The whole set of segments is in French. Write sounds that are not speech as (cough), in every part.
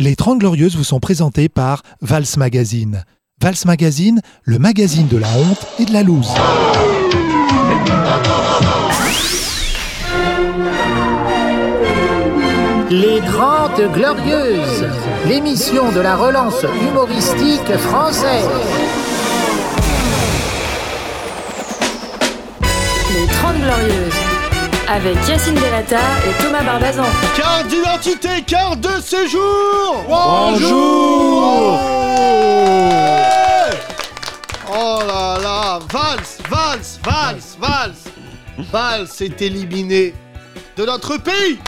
Les 30 Glorieuses vous sont présentées par Vals Magazine. Vals Magazine, le magazine de la honte et de la loose. Les 30 Glorieuses, l'émission de la relance humoristique française. Les 30 Glorieuses, avec Yacine Delata et Thomas Barbazan. Carte d'identité, carte de séjour Bonjour Ouais Oh là là Valse, valse, valse, valse Valse est éliminé de notre (laughs) pays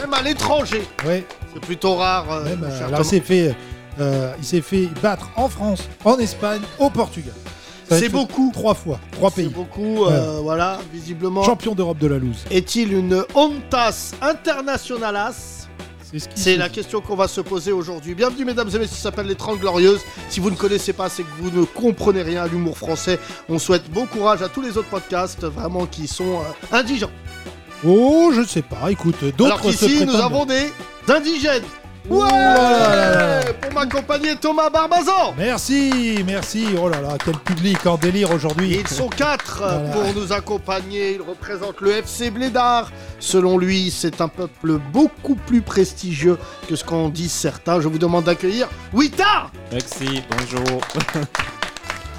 Même à l'étranger Ouais, C'est plutôt rare. euh, même, euh, cher alors il Thomas. s'est fait, euh, il s'est fait battre en France, en Espagne, au Portugal. Ça va C'est être beaucoup. Trois fois, trois C'est pays. beaucoup, euh, voilà, visiblement. Champion d'Europe de la loose. Est-il une hontas internationalas C'est ce qui C'est se- la question qu'on va se poser aujourd'hui. Bienvenue mesdames et messieurs, ça s'appelle les 30 Glorieuses. Si vous ne connaissez pas, c'est que vous ne comprenez rien à l'humour français. On souhaite bon courage à tous les autres podcasts, vraiment qui sont euh, indigents. Oh, je sais pas. Écoute, Alors d'autres se qu'ici, nous prétendent- avons des indigènes. Ouais Oh là là. Pour m'accompagner, Thomas Barbazan Merci, merci. Oh là là, quel public en délire aujourd'hui. Et Ils sont quatre euh, (laughs) Voilà. pour nous accompagner. Ils représentent le FC Blédard. Selon lui, c'est un peuple beaucoup plus prestigieux que ce qu'en disent certains. Je vous demande d'accueillir Wittard Merci, bonjour.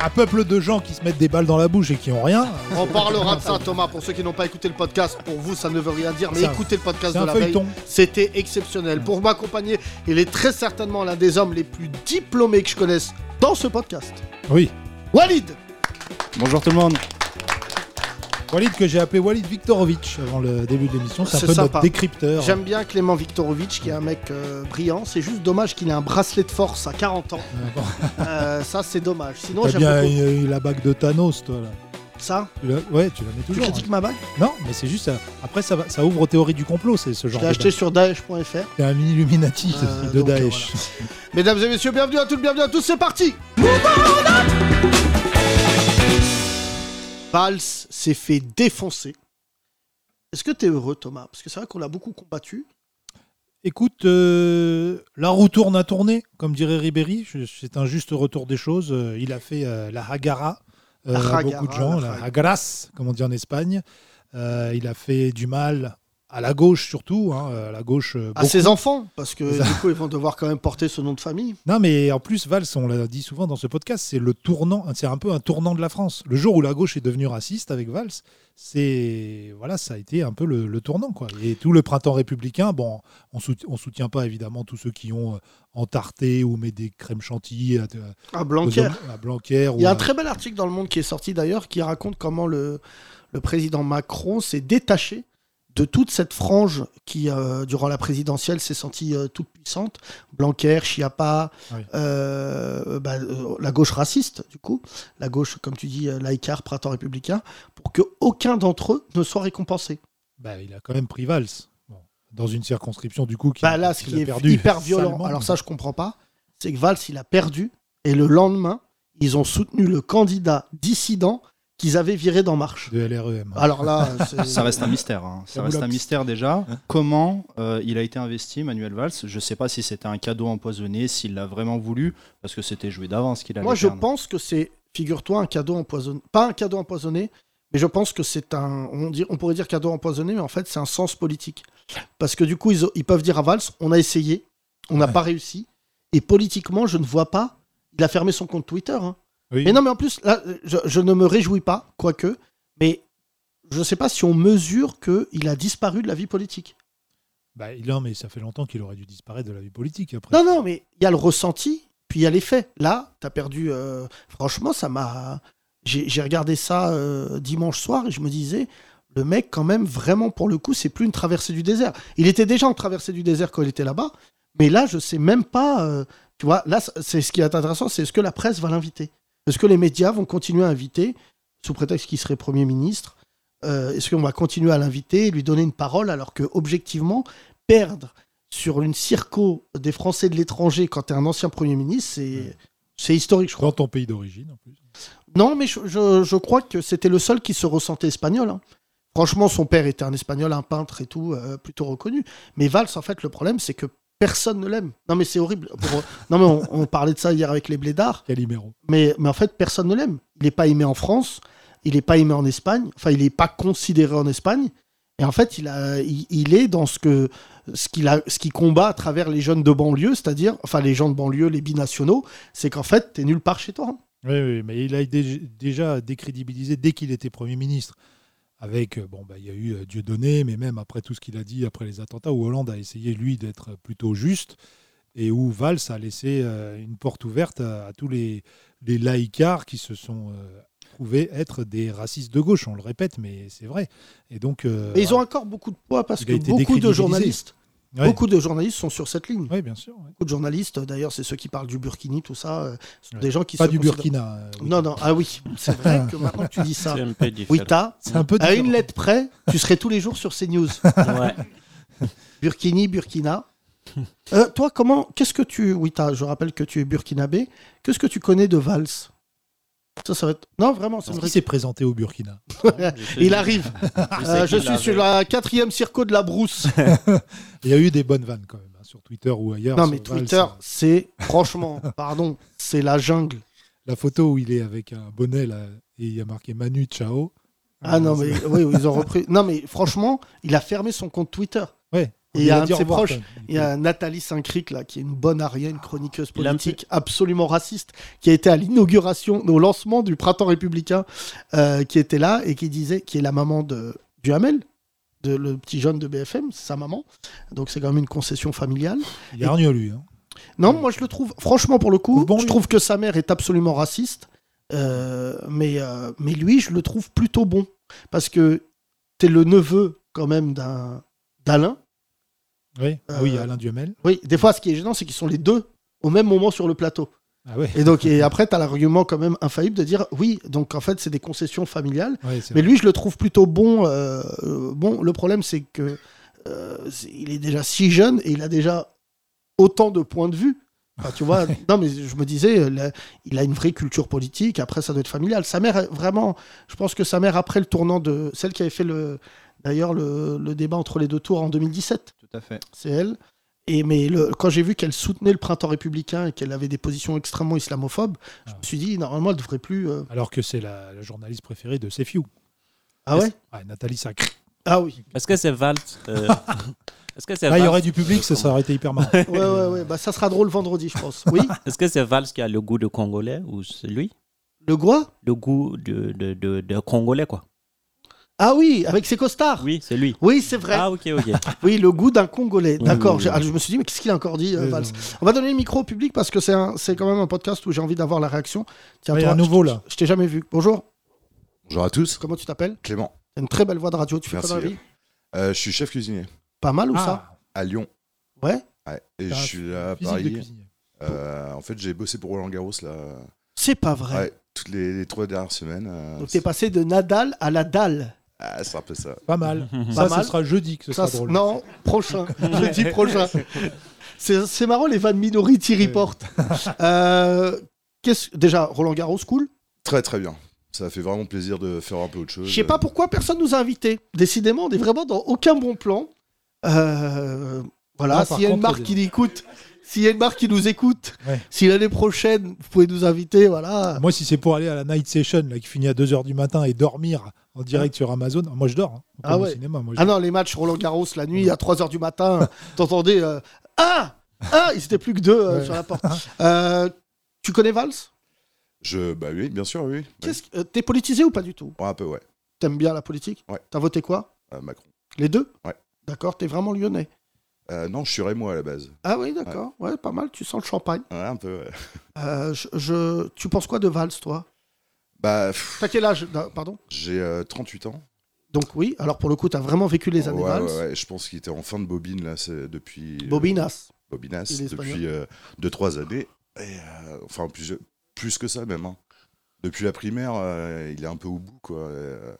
Un peuple de gens qui se mettent des balles dans la bouche et qui ont rien. On parlera de ça, Thomas. Pour ceux qui n'ont pas écouté le podcast, pour vous, ça ne veut rien dire, mais C'est un- écoutez le podcast C'est de un la veille. feuilleton. Mm. C'était exceptionnel. Pour m'accompagner, il est très certainement l'un des hommes les plus diplômés que je connaisse dans ce podcast. Oui. Walid Bonjour tout le monde. Walid que j'ai appelé Walid Viktorovitch avant le début de l'émission. C'est un C'est peu sympa. notre décrypteur. J'aime bien Clément Viktorovitch, qui est un mec euh, brillant. C'est juste dommage qu'il ait un bracelet de force à 40 ans. Euh, ça, c'est dommage. Sinon, T'as j'aime Eh bien beaucoup eu eu la bague de Thanos, toi là. ça. Tu la- Ouais, tu la mets Tu toujours. hein. critiques ma bague Non, mais c'est juste. ça- Après, ça, va- ça ouvre aux théories du complot, c'est ce Je genre l'ai de. acheté sur Daesh.fr. C'est un mini Illuminati Euh, de donc, euh, Daesh. Mesdames et messieurs, bienvenue à toutes, bienvenue à tous, c'est parti Valls s'est fait défoncer. Est-ce que t'es heureux, Thomas Parce que c'est vrai qu'on l'a beaucoup combattu. (laughs) Écoute, euh, la roue tourne à tourner, comme dirait Ribéry. Je- C'est un juste retour des choses. Euh, Il a fait euh, la Hagara euh, La à beaucoup Hagara, de gens, la la Hagara. Hagaras, comme on dit en Espagne. Euh, il a fait du mal à la gauche surtout, hein, à la gauche. euh, À beaucoup. ses enfants, parce que Ça- du coup, ils vont devoir quand même porter ce nom de famille. Non, mais en plus, Valls, on l'a dit souvent dans ce podcast, c'est le tournant, c'est un peu un tournant de la France. Le jour où la gauche est devenue raciste avec Valls, c'est voilà, ça a été un peu le, le tournant, quoi. Et tout le printemps républicain, bon, on soutient, on soutient pas évidemment tous ceux qui ont euh, entarté ou mis des crèmes chantilly à, euh, À aux Blanquer. hommes- à Blanquer. Il y a ou un à- très bel article dans Le Monde qui est sorti d'ailleurs qui raconte comment le, le président Macron s'est détaché de toute cette frange qui, euh, durant la présidentielle, s'est sentie euh, toute puissante. Blanquer, Chiappa, Ah oui. euh, bah, euh, la gauche raciste, du coup, la gauche, comme tu dis, euh, laïcard, printemps républicain, pour que aucun d'entre eux ne soit récompensé. bah, il a quand même pris Valls bon, dans une circonscription du coup qui, Bah là, ce qu'il qui a est perdu hyper violent, salement. alors ça, je comprends pas, c'est que Valls, il a perdu et le lendemain, ils ont soutenu le candidat dissident qu'ils avaient viré d'En Marche. de E LREM. Alors (laughs) là, c'est- Ça reste un mystère. hein. Ça La reste un boulotte. mystère déjà. Hein Comment euh, il a été investi, Manuel Valls Je sais pas si c'était un cadeau empoisonné, s'il l'a vraiment voulu, parce que c'était joué d'avance qu'il allait Moi, je perdre. pense que c'est, figure-toi, un cadeau empoisonné. Pas un cadeau empoisonné, mais je pense que c'est un. On, dit- on pourrait dire cadeau empoisonné, mais en fait, c'est un sens politique. Parce que du coup, ils, ils peuvent dire à Valls on a essayé, on n'a Ouais. pas réussi. Et politiquement, je ne vois pas. Il a fermé son compte Twitter. hein. Oui. Mais non, mais en plus, là, je, je ne me réjouis pas, quoique, mais je ne sais pas si on mesure qu'il a disparu de la vie politique. Bah, il- non, mais ça fait longtemps qu'il aurait dû disparaître de la vie politique après. Non, non, mais il y a le ressenti, puis il y a les faits. Là, t'as perdu. euh, franchement, ça m'a. J'ai j'ai regardé ça euh, dimanche soir et je me disais, le mec, quand même, vraiment, pour le coup, c'est plus une traversée du désert. Il était déjà en traversée du désert quand il était là-bas, mais là, je sais même pas. euh, tu vois, là, c'est ce qui est intéressant, c'est est-ce que la presse va l'inviter Est-ce que les médias vont continuer à inviter, sous prétexte qu'il serait Premier ministre Euh, Est-ce qu'on va continuer à l'inviter, lui donner une parole, alors que, objectivement, perdre sur une circo des Français de l'étranger quand tu es un ancien Premier ministre, c'est c'est historique, je crois. Dans ton pays d'origine en plus. Non, mais je, je- je crois que c'était le seul qui se ressentait espagnol. hein. Franchement, son père était un espagnol, un peintre et tout, euh, plutôt reconnu. Mais Valls, en fait, le problème, c'est que personne ne l'aime. Non, mais c'est horrible. Pour- euh, non, mais on, on parlait de ça hier avec les blédards. Calimero. Mais, mais en fait, personne ne l'aime. Il n'est pas aimé en France, il n'est pas aimé en Espagne, enfin, il n'est pas considéré en Espagne. Et en fait, il, a, il, il est dans ce que ce qu'il a, ce qu'il combat à travers les jeunes de banlieue, c'est-à-dire, enfin, les gens de banlieue, les binationaux, c'est qu'en fait, t'es nulle part chez toi. hein. Oui, oui, mais il a dé- déjà décrédibilisé dès qu'il était Premier ministre. Avec, euh, bon, bah, il y a eu euh, Dieudonné, mais même après tout ce qu'il a dit après les attentats, où Hollande a essayé, lui, d'être plutôt juste, et où Valls a laissé euh, une porte ouverte à, à tous les, les laïcars qui se sont euh, trouvés être des racistes de gauche. On le répète, mais c'est vrai. Et donc. euh, Et ils ont voilà. encore beaucoup de poids parce Il que a été beaucoup de décrédibilisé. journalistes, Ouais. beaucoup de journalistes sont sur cette ligne. Oui, bien sûr. ouais. Beaucoup de journalistes, d'ailleurs, c'est ceux qui parlent du Burkini, tout ça, euh, ce sont Ouais. des gens qui Pas se du considèrent- Burkina. euh, Non, non, ah oui, c'est (laughs) vrai que maintenant que tu dis ça. C'est un peu différent. Oui, t'as, C'est un peu à une différent. lettre près, tu serais tous les jours sur (laughs) CNews. (laughs) Ouais. Burkini, Burkina. Euh, toi, comment, qu'est-ce que tu, oui, t'as- je rappelle que tu es burkinabé, qu'est-ce que tu connais de Valls Ça, ça va être... Non, vraiment, Est-ce c'est une qu'il vraie- s'est présenté au Burkina Il arrive. Euh, je suis sur la. la quatrième circo de la brousse. Il y a eu des bonnes vannes quand même, hein, sur Twitter ou ailleurs. non, sur mais Valls, Twitter, euh, c'est, (laughs) franchement, pardon, c'est la jungle. La photo où il est avec un bonnet là, et il y a marqué Manu Chao. Ah non, mais c'est- oui, (laughs) oui, ils ont repris. Non, mais franchement, il a fermé son compte Twitter. Ouais. Et il y a a un de dit au ses revoir, proches, quand même. Il y a Nathalie Saint-Cric, là, qui est une bonne arienne, chroniqueuse Il a un politique, absolument raciste, qui a été à l'inauguration, au lancement du printemps républicain, euh, qui était là et qui disait, qui est la maman de Duhamel, de le petit jeune de BFM, c'est sa maman. Donc c'est quand même une concession familiale. Il est hargneux, lui. hein. Non, moi je le trouve, franchement pour le coup, Bon, je lui. trouve que sa mère est absolument raciste, euh, mais, euh, mais lui, je le trouve plutôt bon. Parce que t'es le neveu quand même d'un d'Alain. Oui. Ah oui, Euh, Alain Duhamel. Oui, des fois, ce qui est gênant, c'est qu'ils sont les deux au même moment sur le plateau. Ah ouais. Et donc, et après, tu as l'argument quand même infaillible de dire oui, donc en fait, c'est des concessions familiales. Ouais, c'est Mais vrai. lui, je le trouve plutôt bon. euh, euh, bon, le problème, c'est que euh, c'est- il est déjà si jeune et il a déjà autant de points de vue. Enfin, (laughs) tu vois, non, mais je me disais, euh, la- il a une vraie culture politique. Après, ça doit être familial. Sa mère, euh, vraiment, je pense que sa mère, après le tournant de celle qui avait fait le, d'ailleurs, le, le débat entre les deux tours en 2017 Tout à fait. c'est elle. Et mais le- quand j'ai vu qu'elle soutenait le printemps républicain et qu'elle avait des positions extrêmement islamophobes, je Ah. me suis dit normalement elle devrait plus. euh, Alors que c'est la, la journaliste préférée de Sefiu. Ah ouais Ouais, Nathalie Sacré. Ah oui. Est-ce que c'est Valt (laughs) euh, Est-ce que c'est Là, il y Valls- aurait du public, ça, ça aurait été hyper (laughs) marrant. Ouais ouais ouais. Bah ça sera drôle vendredi je pense. Oui. Est-ce que c'est Valls qui a le goût de Congolais ou c'est lui Le Goa Le goût de, de, de, de Congolais, quoi. Ah oui avec ses costards. Oui. Oui, c'est lui. c'est vrai. Ah, ok, ok. Oui, le goût d'un Congolais. Oui, D'accord. oui, j'ai- oui. ah, je me suis dit, mais qu'est-ce qu'il a encore dit, euh, Euh, Valls On va donner le micro au public parce que c'est un- c'est quand même un podcast où j'ai envie d'avoir la réaction. Tiens, Ouais, toi, à nouveau, là. je t'ai jamais vu. Bonjour, Bonjour à tous, comment tu t'appelles Clément. T'as une très belle voix de radio, tu fais Merci. quoi dans la vie Euh, je suis chef cuisinier Pas mal ou ça Ah, à Lyon. Ouais. Ouais. Et Ah, je suis là à physique de Paris. cuisinier. Euh, en fait, j'ai bossé pour Roland Garros là. C'est pas vrai. Ouais, toutes les, les trois dernières semaines. euh, Donc t'es c'est- passé de Nadal à la dalle. ah, c'est un peu ça. Pas mal. Pas ça, mal. ce sera jeudi que ce Ça, sera drôle. Non, prochain. Je (laughs) dis prochain. C'est c'est marrant les vannes Minority Report. Euh, qu'est-ce- déjà, Roland Garros, cool. Très très bien. Ça fait vraiment plaisir de faire un peu autre chose. Je sais pas pourquoi personne nous a invités. Décidément, on est vraiment dans aucun bon plan. Euh, Non, voilà, par s'il y a une contre, marque des- qui écoute, s'il y a une marque qui nous écoute, Ouais. si l'année prochaine, vous pouvez nous inviter, voilà. Moi, si c'est pour aller à la night session là, qui finit à 2h du matin et dormir en direct sur Amazon, moi je dors. hein. Ah Comme au ouais. cinéma, moi, je Ah dors. non, les matchs Roland Garros la nuit à 3h du matin, (laughs) t'entendais euh, Ah Ah Ils étaient plus que deux euh, Ouais. sur la porte. Euh, tu connais Valls Je... Bah oui, bien sûr, oui. Ouais. Qu'est-ce que- euh, T'es politisé ou pas du tout Ouais, un peu, ouais. T'aimes bien la politique Ouais. T'as voté quoi Euh, Macron. Les deux Ouais. D'accord, t'es vraiment lyonnais. Euh, non, je suis Rémois à la base. Ah oui, d'accord. Ouais. pas mal, tu sens le champagne. Ouais, un peu, ouais. Euh, je, je- Tu penses quoi de Valls, toi Bah, pff, T'as quel âge Non, Pardon j'ai euh, 38 ans. Donc oui, alors pour le coup, t'as vraiment vécu les années Oh, ouais, Valls. ouais, ouais, Je pense qu'il était en fin de bobine là, c'est depuis. Bobinas. Bobinas Il est espagnol. depuis 2-3 années. Et, euh, enfin, plus, plus que ça même. hein. Depuis la primaire, euh, il est un peu au bout. Quoi. Euh,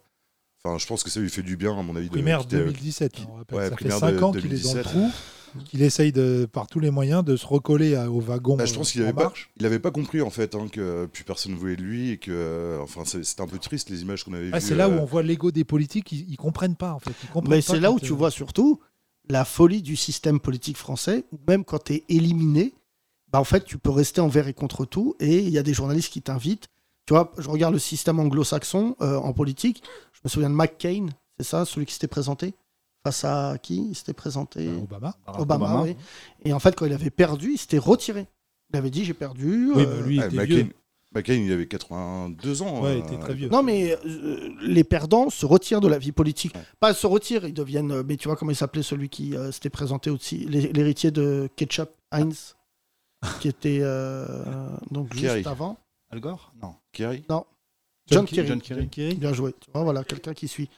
Enfin, je pense que ça lui fait du bien, à mon avis. de Primaire quitter, euh, 2017, hein, on rappelle. ouais, ça fait primaire 5 de- ans qu'il est dans le 2017. trou, qu'il essaye de, par tous les moyens de se recoller à- au wagon. bah, je pense qu'il euh, en n'avait pas, marche. il avait pas compris en fait hein, que plus personne ne voulait de lui et que euh, enfin c'est- c'était un peu triste les images qu'on avait Ah, vues. c'est là où euh, on voit l'ego des politiques, ils, ils comprennent pas en fait. Ils comprennent Mais pas c'est là quand, où tu euh, vois surtout la folie du système politique français, où même quand tu es éliminé, bah en fait, tu peux rester envers et contre tout, et il y a des journalistes qui t'invitent. Tu vois, je regarde le système anglo-saxon euh, en politique, je me souviens de McCain, c'est ça, celui qui s'était présenté Face à qui il s'était présenté Euh, Obama. Barack Obama, oui. Et en fait, quand il avait perdu, il s'était retiré. Il avait dit J'ai perdu. Oui, euh, bah, lui, il Ah, était McCain, vieux. McCain, il avait 82 ans. Ouais, il euh, était très vieux. Non, mais euh, les perdants se retirent de la vie politique. Pas se retirent, ils deviennent. euh, Mais tu vois comment il s'appelait celui qui euh, s'était présenté aussi, l'hé- l'héritier de Ketchup Heinz, qui était euh, donc juste Kerry. avant. Al Gore Non. Kerry John Kerry. Kerry. John Kerry. Bien joué. Tu vois, voilà, quelqu'un qui suit.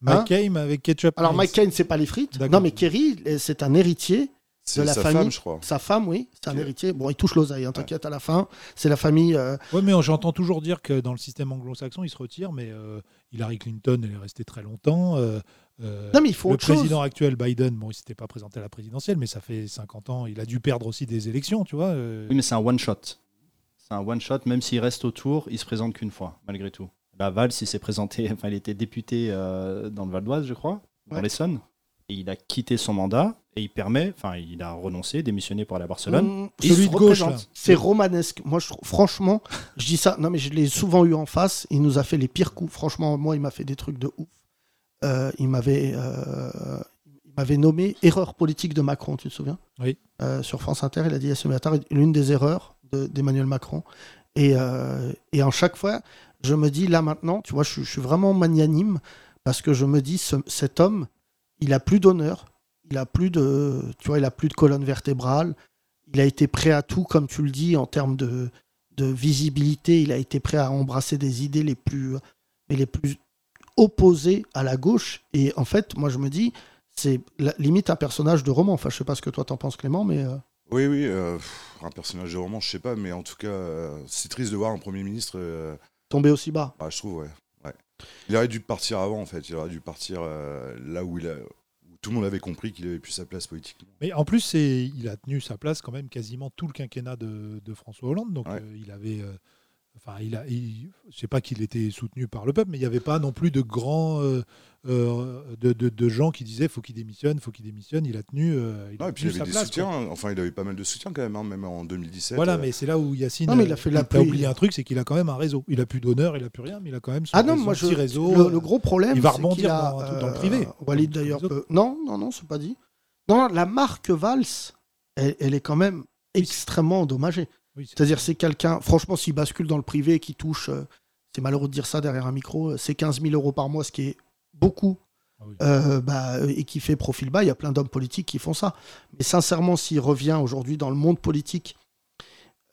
McCain avec ketchup. Alors, Heinz. Mike Kane, c'est pas les frites. D'accord. Non, mais Kerry, euh, c'est un héritier. C'est De la sa famille. femme, je crois. Sa femme, oui, c'est un Ok. héritier. Bon, il touche l'oseille, hein, t'inquiète, à la fin. C'est la famille. euh, Ouais, mais j'entends toujours dire que dans le système anglo-saxon, il se retire, mais euh, Hillary Clinton, elle est restée très longtemps. euh, euh, Non, mais ils font le autre chose. président actuel, Biden, bon, il s'était pas présenté à la présidentielle, mais ça fait 50 ans, il a dû perdre aussi des élections, tu vois. euh. Oui, mais c'est un one shot. C'est un one shot, même s'il reste au tour, il se présente qu'une fois, malgré tout. La Valls, il s'est présenté, (laughs) enfin, il était député euh, dans le Val d'Oise, je crois, dans Ouais. l'Essonne. Et il a quitté son mandat et il permet, enfin, il a renoncé, démissionné pour aller à Barcelone. Mm, Celui il se de gauche, représente. là. C'est romanesque. Moi, je, trouve- franchement, je dis ça. Non, mais je l'ai souvent eu en face. Il nous a fait les pires coups. Franchement, moi, il m'a fait des trucs de ouf. Euh, il m'avait, euh, il m'avait nommé erreur politique de Macron. Tu te souviens Oui. Euh, sur France Inter, il a dit ce matin l'une des erreurs de- d'Emmanuel Macron. Et, euh, et en chaque fois, je me dis là maintenant, tu vois, je, suis- je suis vraiment magnanime parce que je me dis ce- cet homme, il a plus d'honneur, il a plus de, tu vois, il a plus de colonne vertébrale il a été prêt à tout, comme tu le dis, en termes de, de visibilité. Il a été prêt à embrasser des idées les plus, mais les plus opposées à la gauche. Et en fait, moi, je me dis, c'est la- limite un personnage de roman. Enfin, je sais pas ce que toi t'en penses, Clément, mais euh, Oui, oui, euh, pff, un personnage de roman, je sais pas, mais en tout cas, euh, c'est triste de voir un Premier ministre, euh, tomber aussi bas. bah, je trouve, ouais, ouais. Il aurait dû partir avant, en fait. Il aurait dû partir euh, là où, il a, où tout le monde avait compris qu'il avait plus sa place politiquement. Mais en plus, c'est- il a tenu sa place quand même quasiment tout le quinquennat de, de François Hollande, donc Ouais. euh, il avait. euh, Enfin, il a, il- je sais pas qu'il était soutenu par le peuple, mais il n'y avait pas non plus de grands, euh, euh, de, de- de gens qui disaient faut qu'il démissionne, faut qu'il démissionne. Il a tenu, euh, il a Non, et puis il tenu avait sa des place, soutiens, hein. enfin, il avait pas mal de soutiens quand même, hein, même en 2017. Voilà, euh, mais c'est là où Yacine Non, mais il a fait de la t'as pluie. oublié un truc, c'est qu'il a quand même un réseau. Il a plus d'honneur, il a plus rien, mais il a quand même son, Ah non, son moi je. petit réseau. euh, le, le gros problème. il va c'est qu'il rebondir a, euh, dans- dans le privé. Walid Comme d'ailleurs. les autres. peut- Non, non, non, c'est pas dit. Non, la marque Valls, elle, elle est quand même extrêmement endommagée. Oui, c'est- C'est-à-dire, c'est quelqu'un, franchement, s'il bascule dans le privé et qu'il touche, euh, c'est malheureux de dire ça derrière un micro, euh, c'est 15 000 euros par mois, ce qui est beaucoup, Ah oui. euh, bah, euh, et qui fait profil bas. Il y a plein d'hommes politiques qui font ça. Mais sincèrement, s'il revient aujourd'hui dans le monde politique,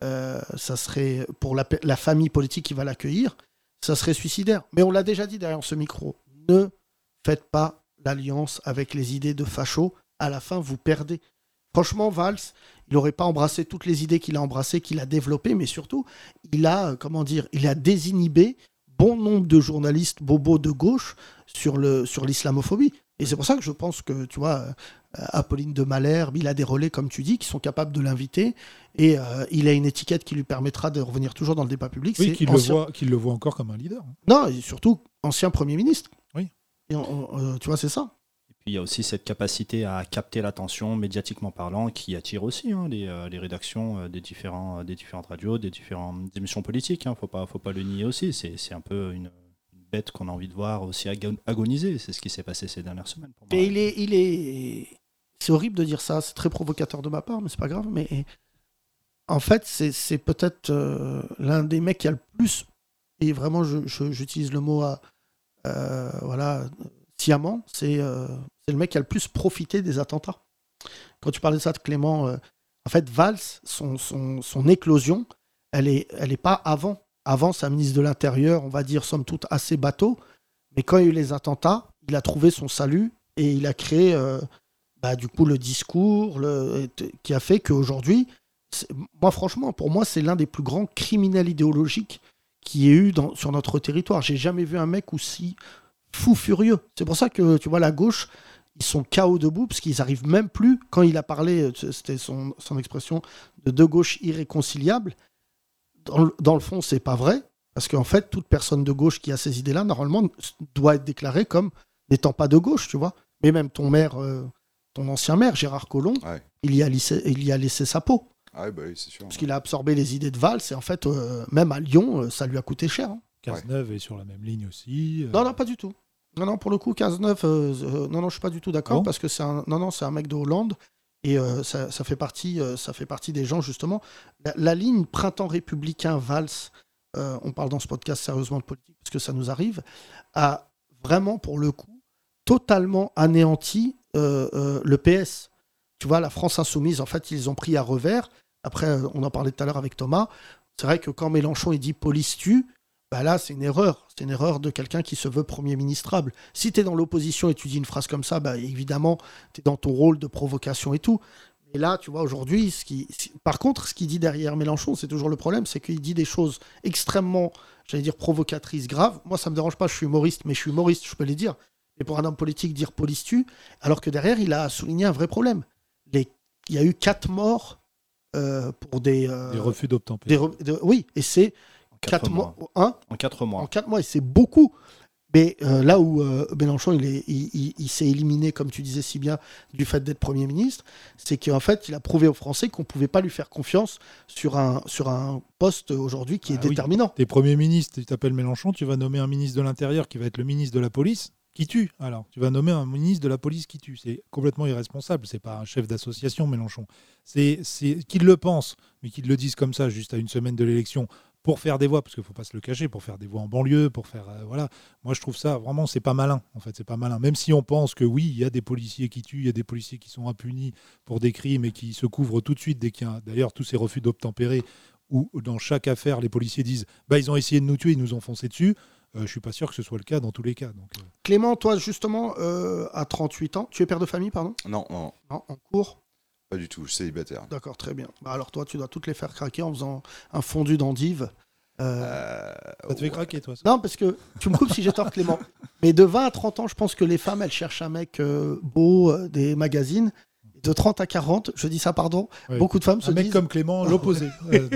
euh, ça serait pour la, pe- la famille politique qui va l'accueillir, ça serait suicidaire. Mais on l'a déjà dit derrière ce micro, ne faites pas l'alliance avec les idées de facho. À la fin, vous perdez. Franchement, Valls, il n'aurait pas embrassé toutes les idées qu'il a embrassées, qu'il a développées, mais surtout, il a, euh, comment dire, il a désinhibé bon nombre de journalistes bobos de gauche sur le sur l'islamophobie. Et c'est pour ça que je pense que, tu vois, euh, Apolline de Malherbe, il a des relais, comme tu dis, qui sont capables de l'inviter, et euh, il a une étiquette qui lui permettra de revenir toujours dans le débat public. oui, c'est qu'il le, ancien- voit- qu'il le voit encore comme un leader. hein. Non, et surtout, ancien Premier ministre. Oui. Et on- on- euh, tu vois, c'est ça. Et puis il y a aussi cette capacité à capter l'attention médiatiquement parlant qui attire aussi hein, les, euh, les rédactions euh, des, différents, des différentes radios, des différentes émissions politiques. Il faut, pas, faut pas le nier aussi. C'est c'est un peu une, une bête qu'on a envie de voir aussi agon- agoniser. C'est ce qui s'est passé ces dernières semaines pour moi. Mais il est, il est. C'est horrible de dire ça. C'est très provocateur de ma part, mais c'est pas grave. Mais en fait, c'est c'est peut-être euh, l'un des mecs qui a le plus. Et vraiment, je- je- j'utilise le mot à, euh, voilà, sciemment. C'est euh, c'est le mec qui a le plus profité des attentats. Quand tu parlais de ça de Clément, euh, en fait, Valls, son, son, son éclosion, elle est, elle est pas avant. Avant, sa ministre de l'Intérieur, on va dire, somme toute, assez bateau. Mais quand il y a eu les attentats, il a trouvé son salut et il a créé euh, bah, du coup le discours le- et t- qui a fait qu'aujourd'hui, c'est- moi franchement, pour moi, c'est l'un des plus grands criminels idéologiques qui ait eu dans- sur notre territoire. J'ai jamais vu un mec aussi fou furieux. C'est pour ça que tu vois la gauche, ils sont KO debout parce qu'ils arrivent même plus quand il a parlé, euh, c'était son, son expression de deux gauches irréconciliables. Dans le, dans le fond, c'est pas vrai. Parce qu'en fait, toute personne de gauche qui a ces idées-là, normalement, doit être déclarée comme n'étant pas de gauche, tu vois. Mais même ton maire, euh, ton ancien maire, Gérard Collomb, Ouais. il, y a laissé, il y a laissé sa peau. Ah ouais, bah oui, c'est sûr. Parce qu'il a absorbé les idées de Valls, et en fait, euh, même à Lyon, euh, ça lui a coûté cher. hein. Cazeneuve est sur la même ligne aussi. euh, Non, non, pas du tout. Non, non, pour le coup, 15-9, euh, euh, non, non, je suis pas du tout d'accord Ah bon parce que c'est un, non, non, c'est un mec de Hollande et euh, ça, ça fait partie, euh, ça fait partie des gens justement. La, la ligne printemps républicain Valls, euh, on parle dans ce podcast sérieusement de politique parce que ça nous arrive, a vraiment pour le coup totalement anéanti euh, euh, le PS. Tu vois, la France insoumise, en fait, ils ont pris à revers. Après, euh, on en parlait tout à l'heure avec Thomas. C'est vrai que quand Mélenchon il dit police tue, bah là, c'est une erreur. C'est une erreur de quelqu'un qui se veut Premier ministrable. Si tu es dans l'opposition et tu dis une phrase comme ça, bah, évidemment, tu es dans ton rôle de provocation et tout. Et là, tu vois, aujourd'hui, ce qui... si- par contre, ce qu'il dit derrière Mélenchon, c'est toujours le problème, c'est qu'il dit des choses extrêmement, j'allais dire, provocatrices, graves. Moi, ça me dérange pas, je suis humoriste, mais je suis humoriste, je peux les dire. Et pour un homme politique, dire police tue, alors que derrière, il a souligné un vrai problème. Les... Il y a eu quatre morts euh, pour des... euh, Des refus d'obtempérer. des re- de- Oui, et c'est En quatre 4 mois. mois. Hein En 4 mois. en quatre mois, et c'est beaucoup. Mais euh, là où euh, Mélenchon il est- il- il- il s'est éliminé, comme tu disais si bien, du fait d'être Premier ministre, c'est qu'en fait, il a prouvé aux Français qu'on ne pouvait pas lui faire confiance sur un, sur un poste aujourd'hui qui est Ah oui. déterminant. T'es Premier ministre, tu t'appelles Mélenchon, tu vas nommer un ministre de l'Intérieur qui va être le ministre de la police qui tue. Alors, tu vas nommer un ministre de la police qui tue. C'est complètement irresponsable. C'est pas un chef d'association, Mélenchon. C'est c'est- qu'il le pense, mais qu'il le dise comme ça, juste à une semaine de l'élection, pour faire des voix, parce qu'il faut pas se le cacher, pour faire des voix en banlieue, pour faire. euh, voilà. Moi, je trouve ça vraiment, c'est pas malin. En fait, c'est pas malin. Même si on pense que oui, il y a des policiers qui tuent, il y a des policiers qui sont impunis pour des crimes et qui se couvrent tout de suite dès qu'il y a. D'ailleurs, tous ces refus d'obtempérer où dans chaque affaire, les policiers disent bah, ils ont essayé de nous tuer, ils nous ont foncé dessus. Euh, je suis pas sûr que ce soit le cas dans tous les cas. Donc, euh, Clément, toi, justement, euh, à 38 ans, tu es père de famille, pardon Non, non, Non, en cours pas du tout. Je suis célibataire. D'accord, très bien. Bah, alors, toi, tu dois toutes les faire craquer en faisant un fondu d'endive. Euh, ça te fait craquer, toi. ça Non, parce que tu me coupes si j'ai tort, Clément. Mais de 20 à 30 ans, je pense que les femmes, elles cherchent un mec euh, beau euh, des magazines. De 30 à 40, je dis ça, pardon, Ouais. beaucoup de femmes se Un mec disent. (laughs) comme Clément, l'opposé. Euh,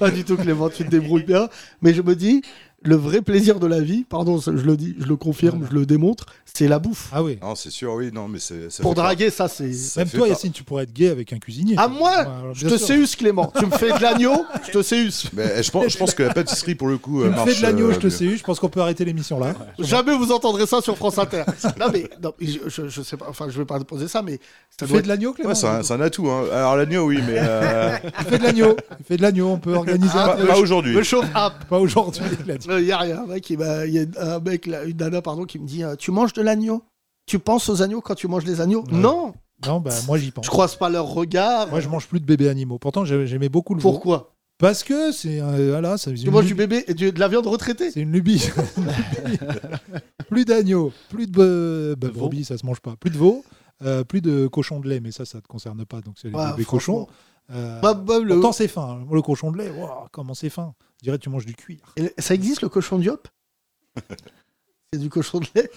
Pas du tout, Clément, tu te débrouilles bien. Mais je me dis, le vrai plaisir de la vie, pardon, je le dis, je le confirme, je le démontre, c'est la bouffe. ah oui. Non, c'est sûr, oui, non, mais c'est. ça Pour fait draguer, ça, c'est. par- ça Même fait toi, par- Yacine, tu pourrais être gay avec un cuisinier. À moi, Ouais, alors, Ah, bah, je te bien sûr. séuse, Clément. Tu me fais de (laughs) l'agneau, je te séuse. Mais euh, je pense, je pense que la pâtisserie, pour le Tu coup, (laughs) euh, me marche. fais de l'agneau, euh, je te mieux. sais, je pense qu'on peut arrêter l'émission là. Jamais vous entendrez ça sur France (laughs) Inter. Non, mais non, je, je, je sais pas, enfin, je vais pas poser ça, mais ça Tu doit fais être de l'agneau, Clément Ouais, c'est un, c'est un atout. Hein. Alors, l'agneau, oui, (laughs) mais. euh, Tu fais de l'agneau. Tu fais de l'agneau, on peut organiser pas, un truc. pas aujourd'hui. le chauffe up. Pas aujourd'hui. là. Il Euh, y a rien. Un mec, il m'a- il y a un mec, là, une nana, pardon, qui me dit euh, Tu manges de l'agneau Tu penses aux agneaux quand tu manges les agneaux Ouais. Non Non, bah, moi j'y pense. Je croise pas leur regard. Moi je mange plus de bébés animaux. Pourtant j'ai- j'aimais beaucoup le veau. (laughs) Pourquoi Parce que c'est un- euh, voilà, ça faisait Tu une manges lubie. du bébé et du- de la viande retraitée C'est une lubie. (laughs) plus d'agneaux, plus de be- bah, De veau. brebis, ça se mange pas. Plus de veau, euh, plus de cochon de lait, mais ça, ça te concerne pas. Donc c'est les Ouais, bébés franchement. cochons. Euh, Bah, bah, le- Pourtant c'est fin. hein. Le cochon de lait, wow, comment c'est fin. Je dirais tu manges du cuir. Et le- Ça existe le (laughs) cochon d'Yop C'est du cochon de lait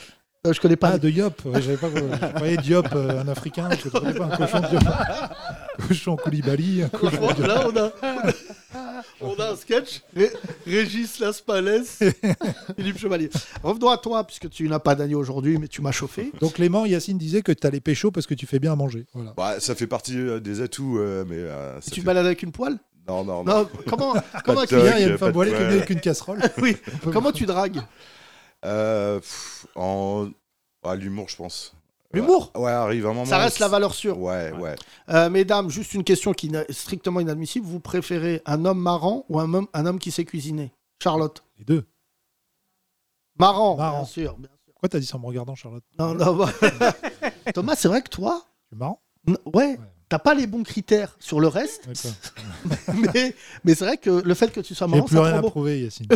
Non, Je connais pas. Ah de yop. Ouais, j'avais pas. Je croyais diop, euh, un Africain. Je connais pas un cochon de diop. (laughs) cochon Koulibaly. un cochon- Franchement, Là, on a, (laughs) on a un sketch. Ré- Régis Laspalès, Philippe Chevalier. Revenons à toi, puisque tu n'as pas d'agneau aujourd'hui, mais tu m'as chauffé. Donc Clément, Yacine disait que tu allais pécho parce que tu fais bien à manger. Voilà. Bah, ça fait partie euh, des atouts, euh, mais. euh, ça Et tu te fait- balades avec une poêle Non, non, non. Non, comment, comment, de qui- dog. Hier, il y a une (laughs) pas femme de voilée qui est venue poêle. avec une casserole. oui, comment tu dragues Euh, pff, en. Ah, l'humour, je pense. L'humour Ouais, arrive un moment. Ça reste où- la valeur sûre. Ouais, ouais. Euh, mesdames, juste une question qui est strictement inadmissible. Vous préférez un homme marrant ou un homme, un homme qui sait cuisiner Charlotte. Les deux. Marrant, Marrant. bien sûr. bien- Pourquoi t'as dit ça en me regardant, Charlotte Non, (laughs) non, bah- Thomas, c'est vrai que toi, C'est marrant. n- ouais, t'as pas les bons critères sur le reste, (laughs) D'accord. mais, mais c'est vrai que le fait que tu sois J'ai Ah, marrant, plus ça te rien rend à beau. prouver, (laughs) Yacine.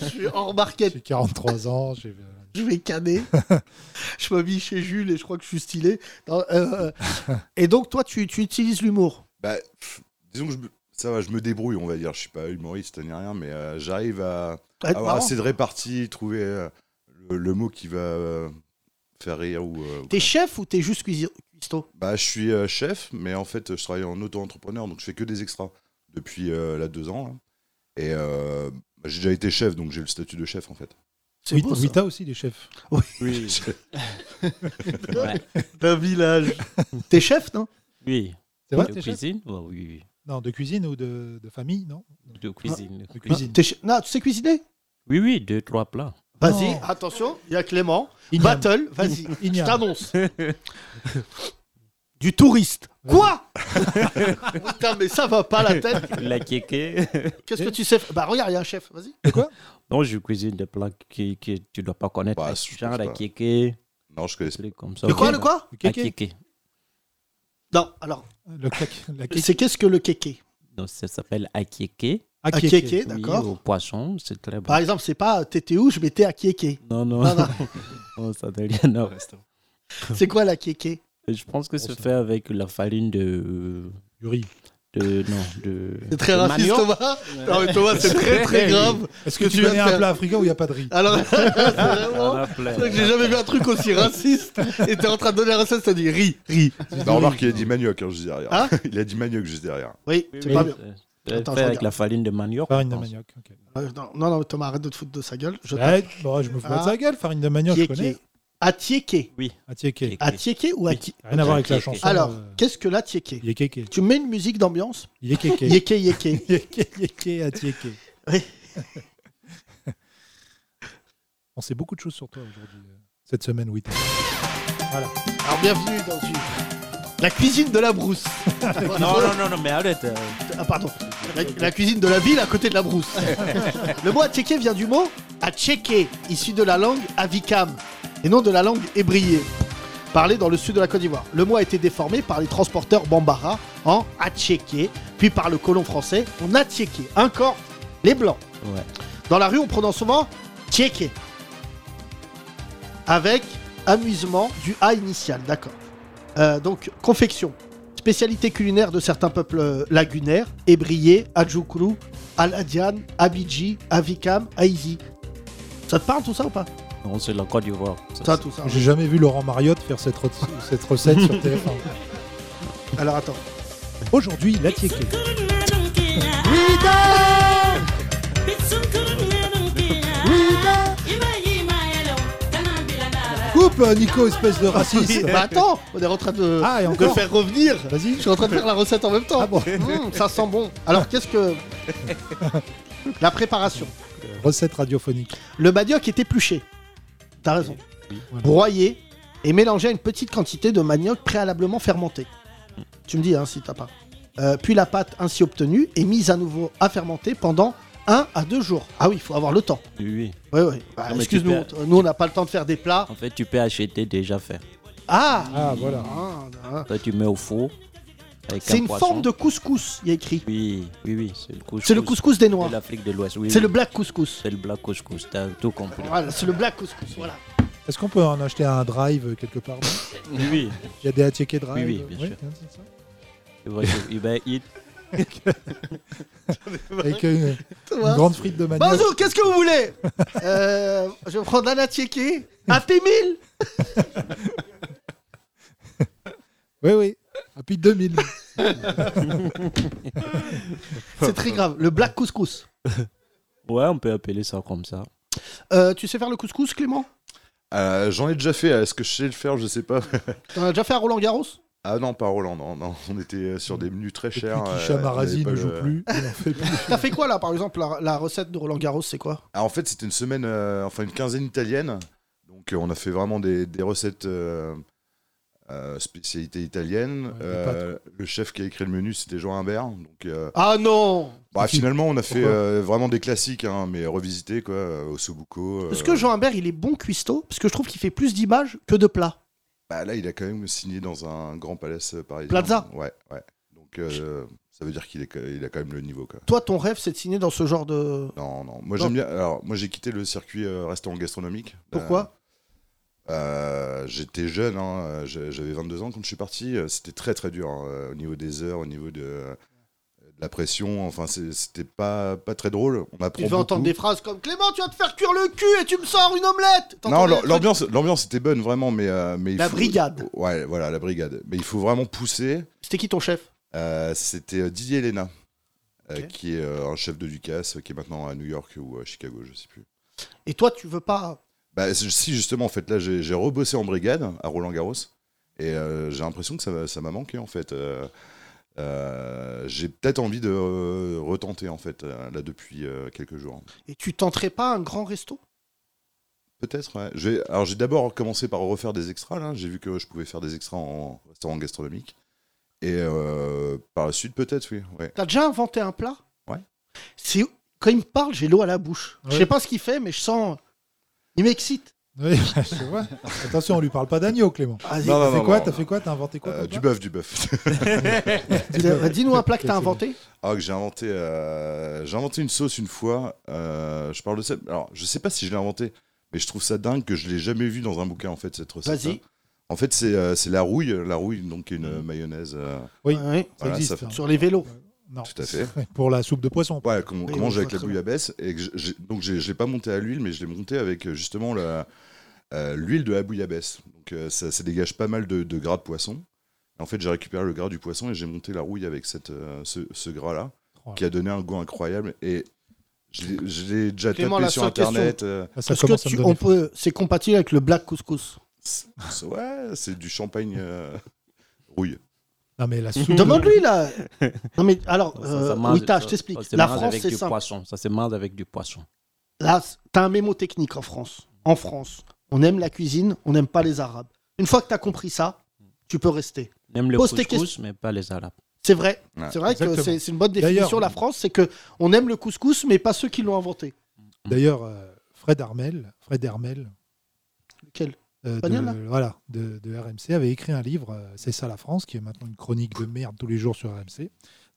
Je suis hors market, J'ai 43 ans. j'ai- je vais (laughs) canner. je m'habille chez Jules et je crois que je suis stylé. Non, euh, euh, et donc, toi, tu, tu utilises l'humour. Bah, pff, disons que je me... ça va, je me débrouille, on va dire. Je suis pas humoriste ni rien, mais euh, j'arrive à À être avoir marrant. assez de répartie, trouver euh, le, le mot qui va euh, faire rire ou. euh, T'es chef ou t'es juste cuisi- cuistot Bah, je suis euh, chef, mais en fait, je travaille en auto-entrepreneur, donc je fais que des extras depuis euh, là deux ans. là. Et euh, bah, j'ai déjà été chef, donc j'ai le statut de chef en fait. C'est Wit- beau, ça. Wita aussi, les chefs. (laughs) Oui, ouais. (laughs) D'un village. T'es chef, non oui. C'est vrai, de t'es chef cuisine Ouais, Oui, Non, de cuisine ou de, de famille, non oui. De cuisine. Ah, De cuisine. Ah, T'es che- Non, tu sais cuisiner Oui, oui, deux, trois plats. Vas-y, Non. attention, il y a Clément. Igname. Battle, vas-y, Ign- je igname. t'annonce. (laughs) Du touriste. Quoi (laughs) Putain, mais ça va pas la tête. La kéké. Qu'est-ce que tu sais f- Bah regarde, il y a un chef, vas-y. (laughs) Non, je cuisine des plats que, que tu ne dois pas connaître. Bah, la je pense genre la pas. kéké, Non, je des connais pas. trucs comme ça. De quoi, Oui, de quoi Le La kéké. kéké. Non, alors, Euh, Le claque- la kéké. c'est qu'est-ce que le kéké Donc, ça s'appelle akéké. Ah, Un kéké. kéké, Oui, d'accord au poisson, c'est très bon. Ah. Par exemple, c'est pas t'étais où, je m'étais à (laughs) kéké. Non, non, Non, (laughs) non. non. ça n'a rien à voir. Restaurant. C'est quoi la kéké Je pense que c'est ça. fait avec la farine de. Du riz. de non, de. C'est très de raciste, manioc. Thomas Non, mais Thomas, c'est très (laughs) très grave. Est-ce que, Que tu tu vas connais un faire. Ah. plat africain où il n'y a pas de riz Alors, (laughs) c'est vraiment. Ah, plein. C'est vrai que j'ai jamais vu un truc aussi raciste. Et t'es en train de donner un raciste, t'as dit ri, ri. Non, Bah, remarque, il a dit manioc hein, juste derrière. Hein (laughs) il a dit manioc juste derrière. Oui, Oui, c'est oui, pas bien. C'est Attends, je fait avec regarde. la farine de manioc. Farine de je pense. manioc. ok. Euh, Non, non, non, Thomas, arrête de te foutre de sa gueule. Je Ouais, bon, je me fous pas de Ah. sa gueule. Farine de manioc, je connais. Attiéké. Attiéké. Atiéké. Kéké. Attiéké ou ati Rien à voir avec la Kéké. chanson. Alors, euh, qu'est-ce que l'attiéké Il est kéké. Tu mets une musique d'ambiance Il est kéké. Yéké, yéké. Yéké, yéké, atiéké. Oui. (laughs) On sait beaucoup de choses sur toi aujourd'hui. euh, Cette semaine, oui. Alors, bienvenue dans une... La cuisine de la (laughs) brousse. Non, non, non, non, mais arrête. euh, Ah, pardon. La, la cuisine de la ville à côté de la brousse. (laughs) Le mot attiéké vient du mot attiéké, issu de la langue avicam, et non de la langue ébriée, parlée dans le sud de la Côte d'Ivoire. Le mot a été déformé par les transporteurs bambara en attiéké, puis par le colon français en attiéké. Un corps, les blancs. Ouais. Dans la rue, on prononce souvent tchéké. Avec amusement du A initial, d'accord. Euh, donc, confection. Spécialité culinaire de certains peuples euh, lagunaires, Ébrié, Adjoukrou, Aladian, Abidji, Avikam, Aizi. Ça te parle tout ça ou pas Non, c'est la Côte d'Ivoire. Ça, Ça, c'est- tout Ah ça. J'ai jamais vu Laurent Mariotte faire cette, re- (laughs) cette recette sur TF1. Alors attends. Aujourd'hui, la tiéké. Coupe, euh, Nico, espèce de (laughs) (laughs) raciste. Bah attends, on est en train de, Ah, et de encore faire revenir. Vas-y. Je suis en train de faire la recette en même temps. Ah (laughs) bon. Mmh, ça sent bon. Alors qu'est-ce (laughs) que. La préparation. Recette radiophonique. Le manioc est épluché. T'as raison. Broyé et mélangé à une petite quantité de manioc préalablement fermenté. Tu me dis hein, si t'as pas. Euh, puis la pâte ainsi obtenue est mise à nouveau à fermenter pendant 1 à 2 jours. Ah oui, il faut avoir le temps. Oui. Oui, oui. Bah, Non, mais tu Excuse-nous, peux- on- nous on n'a pas le temps de faire des plats. En fait, tu peux acheter déjà fait. Ah, Ah, voilà. Ah, ah. Toi, tu mets au four. avec C'est un une poisson. forme de couscous, il y a écrit. Oui, oui, oui. C'est le couscous. C'est le couscous des Noirs. de l'Afrique de l'Ouest. Oui, C'est oui. le black couscous. C'est le black couscous. T'as (laughs) tout compris. Voilà, c'est le black couscous, voilà. Est-ce qu'on peut en acheter un drive euh, quelque part non Oui, oui. Il y a des atiékés drive Oui, oui, bien sûr. hein, c'est ça. Tu vois, sur Uber Eats. Avec euh, une grande frite de manioc. Bonjour, qu'est-ce que vous (laughs) voulez Euh, Je vais prendre un attiéké. Happy Meal Oui, oui. Happy 2000. C'est très grave, le black couscous. Ouais, on peut appeler ça comme ça. Euh, tu sais faire le couscous, Clément Euh, J'en ai déjà fait. Est-ce que je sais le faire Je sais pas. (laughs) T'en as déjà fait à Roland Garros ah non, pas Roland. Non, non. On était euh, sur des menus très Depuis chers. qu'Hicham euh, on Arazi avait pas ne joue le- (laughs) plus, il en fait plus. T'as fait quoi là, par exemple La, la recette de Roland Garros, c'est quoi Ah, en fait, c'était une semaine, euh, enfin une quinzaine italienne. Donc, euh, on a fait vraiment des, des recettes euh, euh, spécialités italiennes. des Euh, le chef qui a écrit le menu, c'était Jean Humbert. Donc, euh, (laughs) Ah non bah, finalement, on a fait Pourquoi euh, vraiment des classiques, hein, mais revisités, quoi, euh, au Sobuco. Est-ce euh, que Jean Humbert, il est bon cuistot Parce que je trouve qu'il fait plus d'images que de plats. bah, là, il a quand même signé dans un grand palace euh, parisien. Plaza. Ouais, ouais. Donc, euh, ça veut dire qu'il est, que- il a quand même le niveau, quoi. Toi, ton rêve, c'est de signer dans ce genre de. Non, non. Moi, Non. j'aime bien. Alors, moi, j'ai quitté le circuit euh, restaurant gastronomique. Pourquoi Euh, J'étais jeune, hein, euh, j'a- j'avais 22 ans quand je suis parti. euh, C'était très très dur hein, euh, au niveau des heures, au niveau de, de la pression. Enfin, c'est- c'était pas, pas très drôle. On apprend. Tu veux entendre des beaucoup. phrases comme Clément, tu vas te faire cuire le cul et tu me sors une omelette Non, T'entends des l'am- trucs l'ambiance l'ambiance était bonne vraiment, mais euh, mais il La faut- brigade. Ouais, voilà la brigade. Mais il faut vraiment pousser. C'était qui ton chef Euh, c'était euh, Didier Elena, euh, Ok. qui est euh, un chef de Ducasse, euh, qui est maintenant à New York ou à Chicago, je sais plus. Et toi, tu veux pas. Bah, c'est- si, justement, en fait, là, j'ai j'ai rebossé en brigade à Roland-Garros. Et euh, j'ai l'impression que ça m'a- ça m'a manqué, en fait. Euh, euh, j'ai peut-être envie de euh, retenter, en fait, euh, là, depuis euh, quelques jours. Et tu tenterais pas un grand resto Peut-être, ouais. Je vais- Alors, j'ai d'abord commencé par refaire des extras, là. J'ai vu que je pouvais faire des extras en restaurant gastronomique. Et euh, par la suite, peut-être, oui. Ouais. T'as déjà inventé un plat Ouais. C'est quand il me parle, j'ai l'eau à la bouche. Je Ouais. sais pas ce qu'il fait, mais je sens. Il m'excite. Oui, je vois. Attention, on lui parle pas d'agneau, Clément. Vas-y. Non, non, T'as non, fait quoi non. T'as fait quoi T'as inventé quoi Euh, comme du plat bœuf, du bœuf. (laughs) Euh, Dis-nous un plat que t'as inventé. Ah, que j'ai inventé, euh, j'ai inventé une sauce une fois. euh, je parle de ça. Alors, je sais pas si je l'ai inventé, mais je trouve ça dingue que je l'ai jamais vu dans un bouquin en fait cette recette. Vas-y. En fait, c'est euh, c'est la rouille, la rouille donc une euh, mayonnaise. euh, Oui. Ouais, Ça voilà, existe. ça hein. Sur les vélos. Non. Tout à fait. (laughs) Pour la soupe de poisson. Ouais, qu'on Oui, qu'on mange je avec vois la très bouillabaisse et que j'ai- j'ai- donc j'ai- je l'ai pas monté à l'huile, mais je l'ai monté avec euh, justement la, euh, l'huile de la bouillabaisse. Donc euh, ça, ça dégage pas mal de, de gras de poisson. En fait, j'ai récupéré le gras du poisson et j'ai monté la rouille avec cette, euh, ce, ce gras-là, Oh. qui a donné un goût incroyable. Et je l'ai- je l'ai déjà Clément, tapé la sur seule internet. euh, Ah, Ça Parce que commence à me tu, donner on peut, c'est compatible avec le black couscous. c'est- c'est- ouais, c'est du champagne euh, rouille. Non, mais Mhm. la soupe. de- Demande-lui (laughs) là. Non mais alors, Ça, euh, se mange- Wita, je ça- t'explique. ça se La mange France, avec c'est du simple. poisson. Ça se mange avec du poisson. Là, c- t'as un mémo technique en France. En France, on aime la cuisine, on n'aime pas les Arabes. Une fois que t'as compris ça, tu peux rester. Même le Pose tes couscous, mais pas les Arabes. C'est vrai. Ouais. c'est vrai que Exactement. c'est, c'est une bonne définition. D'ailleurs- La France, c'est que on aime le couscous, mais pas ceux qui l'ont inventé. D'ailleurs, euh, Fred Armel, Fred Armel, Lequel euh, Espagnol, là de, voilà, de, de RMC, avait écrit un livre, euh, C'est ça la France, qui est maintenant une chronique de merde tous les jours sur RMC,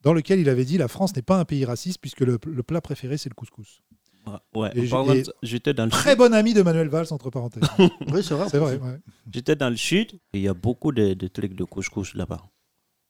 dans lequel il avait dit La France n'est pas un pays raciste puisque le, le plat préféré, c'est le couscous. Ouais. Et en j'ai- parlant de et- ça, J'étais dans le Très bon ami de Manuel Valls, entre parenthèses. (laughs) Oui, c'est vrai. C'est vrai. ouais. J'étais dans le sud, et il y a beaucoup de, de trucs de couscous là-bas.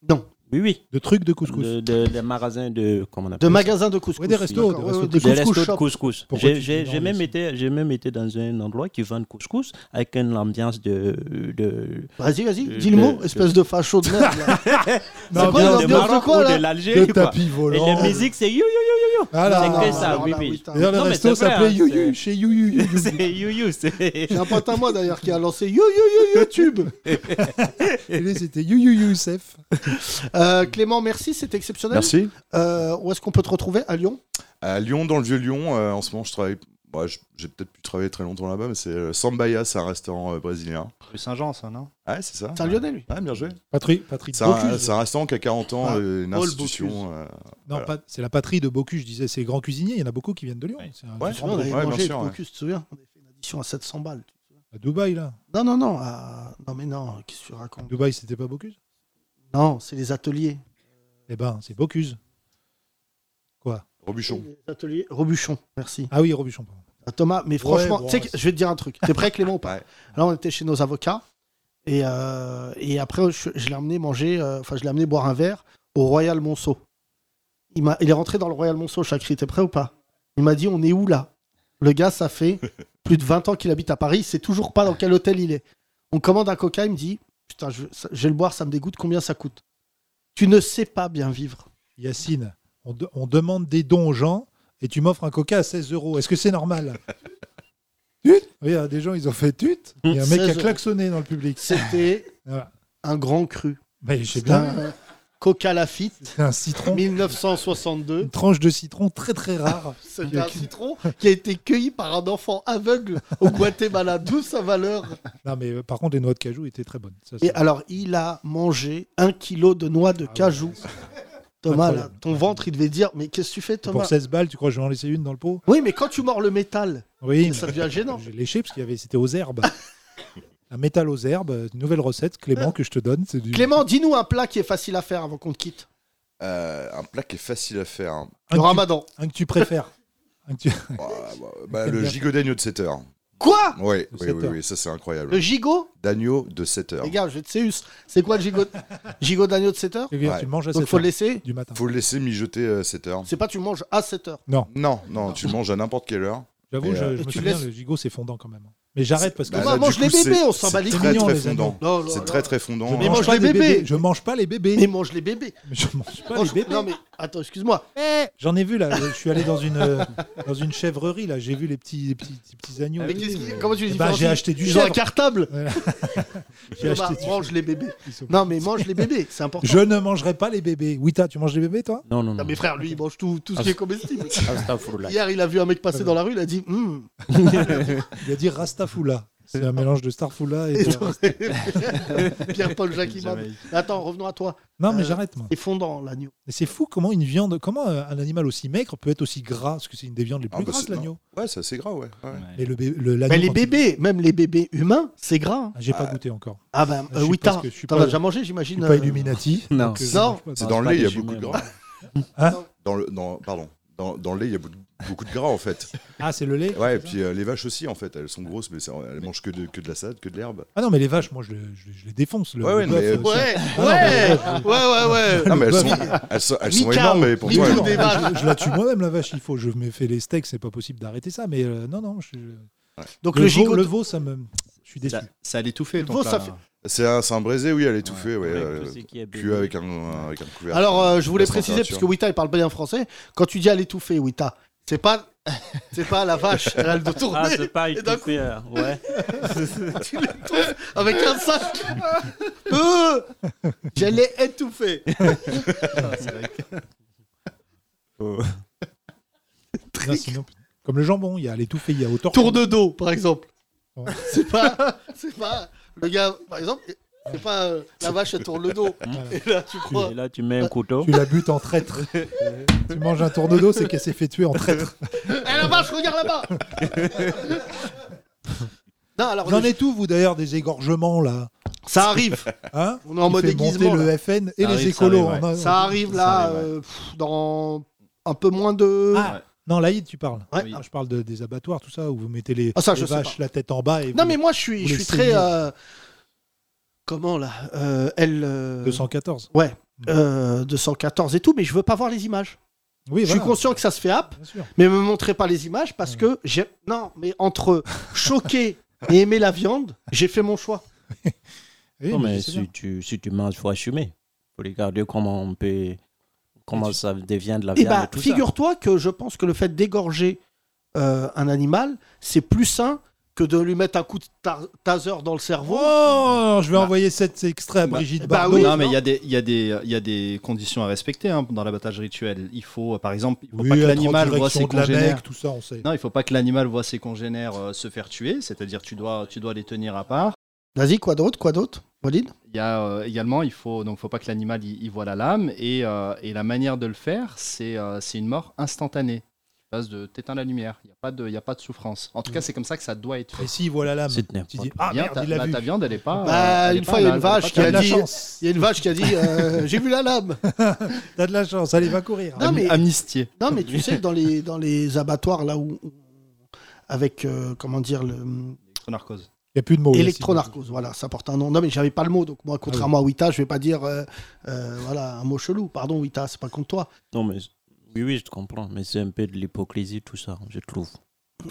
Non, Oui, oui. De trucs de couscous. De, de- des magasins de. Comment on appelle de ça magasins de couscous. Ouais, des restos, D'accord, des ouais, restos de ouais, des Des couscous restos de shop. couscous. Pourquoi J'ai tu j'ai- dis non, j'ai même, mais été- j'ai même été dans un endroit qui vend couscous avec une ambiance de. de Vas-y, vas-y, Euh, dis le mot, de- espèce de facho de merde. là. Non, C'est quoi mais- l'ambiance de de Maroc quoi, ou là de l'Algérie. Le quoi. tapis Et volant. la musique, c'est you, you, you, you, you. Ah là c'est là. que ça, alors oui, là, oui. putain. D'ailleurs, le Non, mais resto c'est vrai, s'appelait hein, You c'est- You, chez You You. (laughs) You You. C'est you, you. c'est- (laughs) J'ai un pote à moi d'ailleurs qui a lancé Yo Yo Yo YouTube. Et lui, c'était You You Youssef. Euh, Clément, merci, c'était exceptionnel. Merci. Euh, où est-ce qu'on peut te retrouver À Lyon À Lyon, dans le vieux Lyon, euh, en ce moment, je travaille. bah, je- j'ai peut-être pu travailler très longtemps là-bas, mais c'est euh, Sambaia, c'est un restaurant euh, brésilien. Rue Saint-Jean, ça, non Ouais, c'est ça. C'est un Lyonnais, lui. Ah, bien joué. Patrick, Patrick C'est un, Bocuse. c'est un restaurant qui a 40 ans, Ah, euh, une Paul institution. euh, Non, Voilà. pas- c'est la patrie de Bocuse, je disais. C'est les grands cuisiniers. Il y en a beaucoup qui viennent de Lyon. C'est un Ouais. Tu vois, on grand avait Ouais, mangé bien du sûr, Focus, tu te souviens On avait fait une addition à 700 balles. à Dubaï, là. Non, non, non. à- Non, mais non, qu'est-ce que tu racontes Dubaï, c'était pas Bocuse Non, c'est les ateliers. Eh ben, c'est Bocuse. Robuchon. Les ateliers Robuchon, merci. Ah oui, Robuchon, pardon. Ah, Thomas, mais franchement, bon, tu sais que- c'est- je vais te dire un truc. T'es prêt, Clément ou (laughs) pas Ouais. Là, on était chez nos avocats. Et, euh, et après, je, je l'ai amené manger, euh, enfin, je l'ai amené boire un verre au Royal Monceau. Il, m'a- il est rentré dans le Royal Monceau, Chakri, t'es prêt ou pas Il m'a dit, on est où là Le gars, (laughs) ça fait plus de 20 ans qu'il habite à Paris, il sait toujours pas dans quel hôtel il est. On commande un coca, il me dit, putain, je, ça- je vais le boire, ça me dégoûte, combien ça coûte Tu ne sais pas bien vivre. Yacine, on, de- on demande des dons aux gens et tu m'offres un coca à 16 euros. Est-ce que c'est (laughs) normal Tut Oui, il y a des gens, ils ont fait tut. Il y a un mec 16 qui a euros. klaxonné dans le public. (laughs) C'était Voilà. un grand cru. Mais j'ai C'était bien. un Coca Lafitte, C'est un citron, 1962. une tranche de citron très très rare. C'est un citron qui a été cueilli par un enfant aveugle au Guatemala, d'où sa valeur. Non, mais euh, par contre, les noix de cajou étaient très bonnes. Ça, c'est- Et ah, alors, il a mangé un kilo de noix de Ah ouais, cajou. c'est- Thomas, incroyable. là, ton ventre, il devait dire Mais qu'est-ce que tu fais, Pour Thomas 16 balles, tu crois que je vais en laisser une dans le pot Oui, mais quand tu mords le métal, Oui. ça mais- devient gênant. J'ai léché parce qu'il y avait, c'était aux (laughs) herbes. Un métal aux herbes, euh, une nouvelle recette, Clément, que je te donne. C'est du Clément, dis-nous un plat qui est facile à faire avant qu'on te quitte. Euh, un plat qui est facile à faire. hein. un que, le tu, ramadan. un que tu (laughs) préfères. Un que tu- (laughs) Bah, bah, bah, le gigot d'agneau de 7 heures. Quoi Oui, De oui, sept oui, heures. oui, ça c'est Le incroyable. gigot D'agneau de 7 heures. Les gars, je te sais, us. c'est quoi (laughs) le gigot Gigot d'agneau de 7 heures Tu le Ouais. manges à Donc 7 faut heures le laisser. du matin. Faut le laisser mijoter euh, 7 heures. C'est pas tu manges à 7 heures. Non, non, tu manges à n'importe quelle heure. J'avoue, Et, je, euh, je me et tu souviens, laisses- le gigot, c'est fondant quand même. hein. Mais j'arrête parce que. Bah Moi, là, mange du les coup, bébés, c'est- on s'en bat les C'est couilles. très très Les fondant. amis. Non, non, non. C'est très très fondant. je Mais mange mange pas les les bébés. bébés. Je mange pas les bébés. (laughs) Mais mange les bébés. Je mange pas les Mange- bébés. Non, mais attends, excuse-moi. J'en ai vu là. Je suis allé dans (laughs) une euh, dans une chèvrerie là. J'ai vu les petits les petits, les petits agneaux. Mais qu'est-ce qui- comment tu les Eh ben, différencies j'ai acheté du Ils ont un chèvre. cartable. J'ai Bah, acheté du- mange les bébés. Ils sont- Non, mais mange les bébés, c'est important. Je ne mangerai pas les bébés. Wita, tu manges les bébés toi Non, non, Non, non. mais frère, lui, il mange tout, tout ce Ah, qui est comestible. Astaghfirullah. Hier, il a vu un mec passer dans la rue, il a dit Hum, Il va dire Rastafoula. C'est un mélange de Starfoula et. Et de- donc- (laughs) Pierre-Paul Jacques Imam. Attends, revenons à toi. Non mais Euh, j'arrête moi. C'est fondant, l'agneau. Mais c'est fou comment une viande, comment euh, un animal aussi maigre peut être aussi gras, parce que c'est une des viandes les Ah, plus bah, grasses c'est- l'agneau. Ouais, c'est assez gras, ouais. ouais. Mais le, bé- le- l'agneau, Mais les quand il- bébés, même les bébés humains, c'est gras. hein. Ah, J'ai pas goûté encore. Ah ben, Je euh, suis oui, pas- t'as parce que je suis t'en pas- as déjà mangé, Je j'imagine. suis pas euh, Illuminati. Non. donc, euh, je Non. mange pas. C'est dans le pas lait, il y a des beaucoup de jumelles, gras. Hein dans le, dans, pardon. Dans, dans le lait, il y a beaucoup de- beaucoup de gras en fait. Ah, c'est le lait Ouais, et c'est ça puis euh, les vaches aussi en fait, elles sont grosses, mais c'est- elles mangent que de, que de la salade, que de l'herbe. Ah non, mais les vaches, moi, je, le- je- je les défonce. Le, Ouais, le ouais, bœuf, mais- euh, ça- Ouais, non, ouais, mais- ouais, (laughs) ouais, ouais. Non, mais elles Ah, bœuf. sont, elles sont, elles sont Mikao, énormes, mais pour Mikao moi, Oui, elles- non, des mais vaches. je, je la tue moi-même, la vache. Il faut, je me fais les steaks, c'est pas possible d'arrêter ça. Mais euh, non, non. je- Donc le, le veau, gigot. le veau, ça me. Je suis déçu. Ça, ça allait tout fait. Oh, Le veau, ça fait- c'est un, c'est un braisé, oui, elle est étouffée, ouais. Avec euh, tout ce qui est cuit bébé. avec un, avec un couvert. Alors, euh, je voulais Basse préciser, température. parce que Wita, il parle pas bien français. Quand tu dis à l'étouffer, Wita, c'est pas. C'est pas la vache, elle a le dos tourné. Ah, c'est pas Et d'un coup, étouffé, euh, ouais. (laughs) tu l'étouffes avec un sac. Euh, je l'ai étouffé. Non, sinon, comme le jambon, il y a l'étouffé, il y a au torchon. Tour de dos, par exemple. Ouais. C'est pas. C'est pas. Le gars, par exemple, c'est pas. euh, la vache, elle tourne le dos. Et là, tu prends. Et là, tu mets un couteau. Tu la butes en traître. tu manges un tour de dos, c'est qu'elle s'est fait tuer en traître. Eh la vache, regarde là-bas Non, alors, Vous en êtes où, vous, d'ailleurs, des égorgements, là ça arrive. Hein On est en Qui mode fait aiguisement, monter là. le FN et les Ça arrive, ça écolos. arrive, en- Ça arrive Ça là, arrive, ouais. euh, pff, dans un peu moins de. Ah, Non, l'Aïd, tu parles. Ouais. Ah, je parle de- des abattoirs, tout ça, où vous mettez les, Ah, ça, les je sais vaches la tête en bas et non, vous- mais moi, je suis, vous je les suis très. saignez. euh, comment là Euh, Elle. euh, 214. Ouais. euh, 214 et tout, mais je veux pas voir les images. Oui, je suis voilà, conscient que ça se fait app, bien sûr. mais me montrez pas les images parce que j'ai. Non, mais entre choqué et aimer la viande, j'ai fait mon choix. Oui, Non, mais mais je sais bien. si tu, si tu manges, il faut assumer. faut regarder comment on peut. Comment ça devient de la Eh viande. bah, et tout ça. figure-toi que je pense que le fait d'égorger euh, un animal, c'est plus sain que de lui mettre un coup de ta- taser dans le cerveau. Oh, je vais envoyer cet extrait à Brigitte bah Bardot. oui. non, mais il y, a des- il y, a des- il y a des conditions à respecter hein, dans l'abattage rituel. Il faut, euh, par exemple, il faut Oui, pas que être en l'animal voit direction ses de la congénères. mecque, tout ça, on sait. Non, il faut pas que l'animal voit ses congénères euh, se faire tuer, c'est-à-dire tu dois, tu dois les tenir à part. Vas-y, quoi d'autre Quoi d'autre Pauline Il y a euh, également, il faut donc faut pas que l'animal y, y voit la lame et, euh, et la manière de le faire, c'est euh, c'est une mort instantanée. Tu passes de t'éteins la lumière, il y a pas de il y a pas de souffrance. En tout Mm. cas, c'est comme ça que ça doit être Et fait. si, voilà l'âme. C'est n'importe Tu dis, quoi. ah Bien, merde, ta, il l'a la- vu. ta viande, elle est pas. Bah, euh, elle est une pas fois, il y a là, une elle est pas vache qui T'as là. a de la dit- chance. Il y a une vache qui a dit euh, J'ai vu la lame. T'as de la chance. Allez, va courir. Non, mais- Amnistié. Non, mais tu sais que dans les, dans les abattoirs, là où. où- Avec, euh, comment dire, le Narcose. Il n'y a plus de Oh, mots. là, électronarcose. Voilà, ça porte un nom. Non, mais j'avais pas le mot. Donc, moi, Ah contrairement à Wita, je vais pas dire euh, euh, voilà, un mot chelou. Pardon, Wita, c'est pas contre toi. Non, mais. Oui, oui, je te comprends. Mais c'est un peu de l'hypocrisie, tout ça, je trouve.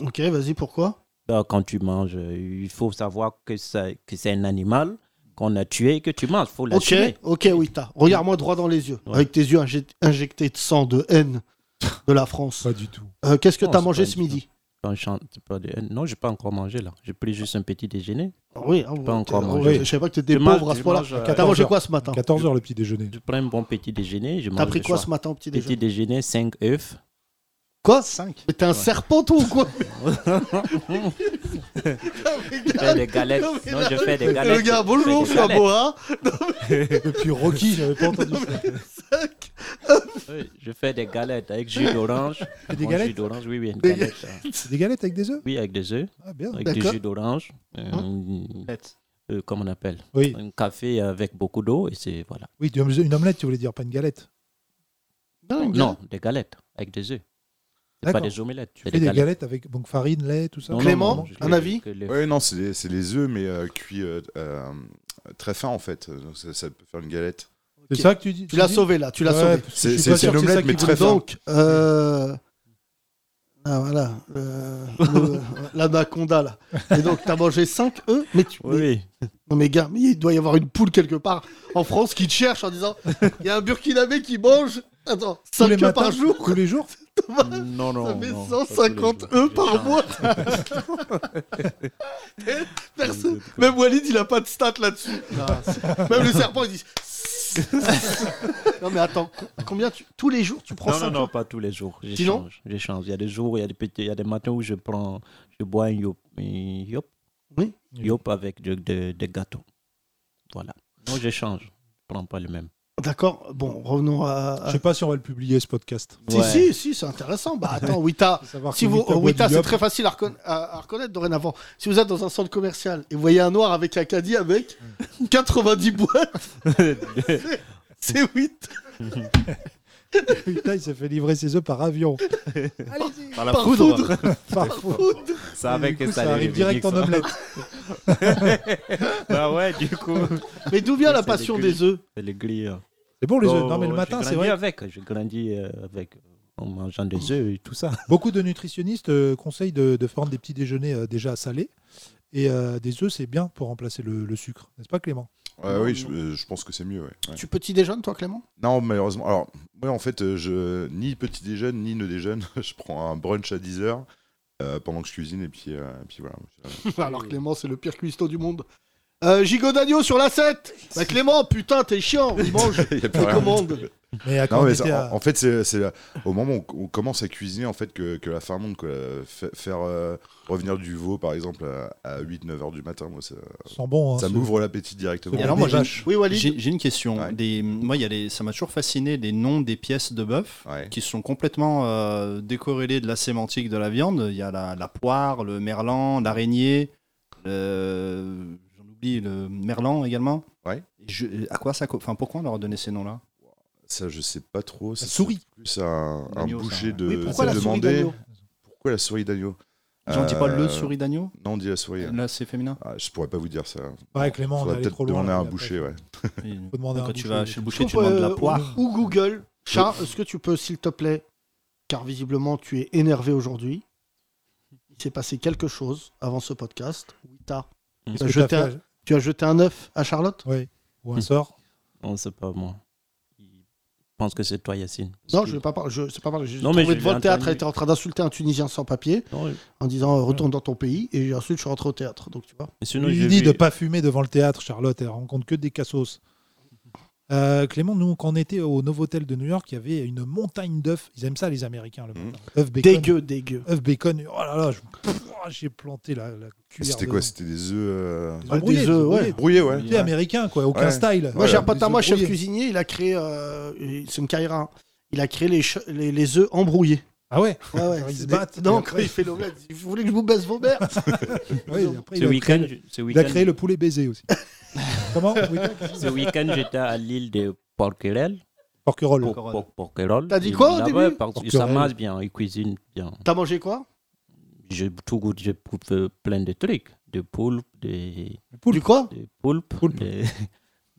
Ok, vas-y, pourquoi Là, quand tu manges, euh, il faut savoir que, ça, que c'est un animal qu'on a tué et que tu manges. Il faut Ok, l'assumer. ok, Wita. Regarde-moi droit dans les yeux. Ouais. Avec tes yeux inje- injectés de sang, de haine de la France. Pas du tout. Euh, Qu'est-ce que Non, t'as c'est mangé pas ce midi Pas un chan- c'est pas des- Non, j'ai pas encore mangé là. J'ai pris juste un petit déjeuner. Ah Oui, ah oui, Pas encore t'es- mangé. oui, Je savais pas que t'étais Tu manges- pauvre à ce tu point-là. manges, euh, T'as mangé 14 quoi ce matin 14h le petit (laughs) déjeuner. Je prends un bon petit déjeuner. je T'as mange pris le quoi soir. ce matin au petit Petit déjeuner déjeuner, 5 (laughs) œufs. Quoi 5. Mais t'es un serpent, toi, ou quoi Je fais des galettes. Non, mais Non, là, je fais des Le galettes. gars, bonjour, Je je fais suis des à Boa. Depuis Rocky, (laughs) j'avais pas entendu ça. Oui, je fais des galettes avec jus (laughs) d'orange. Et des Bon, galettes jus d'orange, oui, oui, une Des galette. hein. C'est des galettes avec des œufs Oui, avec des œufs, Ah, bien. avec du D'accord. Hein? jus d'orange. euh, euh, comment on appelle Oui, Un café avec beaucoup d'eau et c'est voilà. oui, tu- une omelette, tu voulais dire, pas une galette. Ah, Non, des galettes avec des œufs. C'est pas D'accord. des omelettes. Tu fais des galettes avec donc farine, lait, tout ça. Non, non, Clément, non, je- un avis que le- Ouais, non, c'est les, c'est les œufs, mais euh, cuits euh, euh, très fins en fait. Donc, ça, ça peut faire une galette. C'est ça que tu dis Tu l'as sauvé, là, tu l'as Ouais, sauvé. parce que C'est- je suis c'est- pas c'est sûr que une ça omelette, qui mais vous très donne. fin. Donc, euh, Ah, voilà, euh, le- (laughs) l'anaconda, là. Et donc, t'as mangé 5 œufs, mais tu. mais- Oui. Non, mais gars, mais il doit y avoir une poule quelque part en France qui te cherche en disant il y a un Burkinabé qui mange. Attends, 5 œufs par jour, Tous les jours Non, non. (laughs) ça fait non, pas tous les 150 jours. œufs par mois. Personne- Même Walid, il a pas de stats là-dessus. Même le serpent, il dit. (laughs) non mais attends, co- combien tu... tous les jours tu prends Non, ça non, non, pas tous les jours. Sinon J'échange. J'échange. Il y a des jours, il y a des, petits, il y a des matins où je prends, je bois un yop. un Yop. Oui. Yop avec de- de- des gâteaux. Voilà. Non, j'échange. Je prends pas le même. D'accord. Bon, revenons à. à- Je sais pas si on va le publier ce podcast. Si, Ouais. si, si, c'est intéressant. Bah attends, Wita, Faut savoir si que vous, Wita boit Wita, du c'est yop. très facile à, recon- à- à reconnaître dorénavant. Si vous êtes dans un centre commercial et vous voyez un noir avec un caddie avec 90 boîtes, c'est- c'est Wita. (laughs) Putain, il s'est fait livrer ses œufs par avion. Par la Par foudre. foudre. Parfois. Ça avec Du coup, ça arrive direct en omelette. Bah ouais, du coup. Mais d'où vient Mais la c'est passion dégueu. des œufs C'est le gris. hein. C'est bon les œufs. Oh, Non mais le j'ai matin, c'est vrai. grandi avec. J'ai grandi euh, avec en mangeant des œufs et tout ça. (laughs) Beaucoup de nutritionnistes euh, conseillent de, de prendre des petits déjeuners euh, déjà salés. Et euh, des œufs, c'est bien pour remplacer le, le sucre, n'est-ce pas Clément Ouais, oui, je, euh, je pense que c'est mieux. ouais. Ouais. Tu petit déjeunes toi, Clément Non, malheureusement. Alors, moi, en fait, euh, je ni petit déjeune, ni ne déjeune. (laughs) Je prends un brunch à 10h pendant que je cuisine, et puis, euh, et puis voilà. Alors Clément, c'est le pire cuistot du monde. Euh, Gigot d'agneau sur la 7 Bah Clément, putain, t'es chiant, il mange Il y a plus tes rien. commandes. Mais à Non, Ah, quand on mais était ça, à- en, en fait, c'est c'est la- au moment où on commence à cuisiner en fait que, que la faim monte. quoi. Fa- Faire euh, revenir du veau, par exemple, à, 8-9 heures du matin, moi, ça, sent bon. hein, ça ce- m'ouvre l'appétit directement. Et alors moi, j'ai- Oui, Walid J'ai j'ai une question. Ouais. Des- moi, il y a les- ça m'a toujours fasciné les noms des pièces de bœuf Ouais. qui sont complètement euh, décorrélés de la sémantique de la viande. Il y a la, la poire, le merlan, l'araignée, le- j'en oublie le merlan également. Ouais. Je- à quoi ça, co- enfin, pourquoi on leur a donné ces noms-là Ça, je sais pas trop. Ça, souris. c'est Plus un, un L'agneau, ça, boucher ouais. de. Oui, pourquoi de la souris demander d'agneau Pourquoi la souris d'agneau J'en dis pas le Euh, souris d'agneau Non, on dit la souris. Là, c'est féminin. Ah, je pourrais pas vous dire ça. Ouais, Clément, on Faudrait allait peut-être trop loin. demander à là, un après. boucher, ouais. Oui. Faut demander à un Quand tu boucher, vas oui. chez le boucher, tu Ou, demandes de euh, la poire. ou- Ou Google. Chat, est-ce que tu peux, s'il te plaît, car visiblement tu es énervé aujourd'hui, il s'est passé quelque chose avant ce podcast. Oui, t'as- Qu'est-ce Euh, que jeter t'as un- fait Tu as jeté un œuf à Charlotte Ouais. Ou un Hmm. sort Non, c'est pas moi. Je pense que c'est toi, Yacine. Non, je vais pas parler. Je sais pas parler. J'ai Non, mais trouvé je devant l'ai le théâtre, entendu. elle était en train d'insulter un Tunisien sans papier Non, je- en disant euh, retourne dans ton pays. Et ensuite, je suis rentré au théâtre. Donc tu vois. mais sinon, Il j'ai dit vu- de pas fumer devant le théâtre, Charlotte. Elle rencontre que des cassos. Euh, Clément, nous, quand on était au Novotel de New York, il y avait une montagne d'œufs. Ils aiment ça, les Américains, le Mhm. matin. Œufs bacon. Dégueu, dégueu. œufs bacon. Oh là là, je- pff, oh, j'ai planté la, la Et cuillère. C'était quoi dedans. C'était des œufs. Des euh, œufs brouillés, des œufs, brouillés. ouais. Brouillés, ouais. C'était américain, quoi. Aucun Ouais. style. Moi, j'ai un Des pote à œufs moi, chef brouillés. cuisinier, il a créé. euh, c'est une carrière. hein. Il a créé les, che- les, les œufs embrouillés. Ah ouais Ouais, ouais, Genre, ils c'est se des- battent, Non, et quand après- il fait l'omelette, il dit, vous voulez que je vous baisse vos mères (laughs) Ouais, et après, Ce il, a week-end, créé, je- il ce a week-end, créé le poulet baiser aussi. (laughs) Comment Week-end ce week-end, j'étais à l'île de Porquerolles. Oh, Porquerolles. Por- Por- Porquerolles. T'as dit Et quoi au là-bas, début parce que Ça Porquerolles. marche bien, ils cuisinent bien. T'as mangé quoi J'ai tout goûté, j'ai goûté euh, plein de trucs. De poulpe, des Du quoi de poulpe, Poulpe. des- (laughs)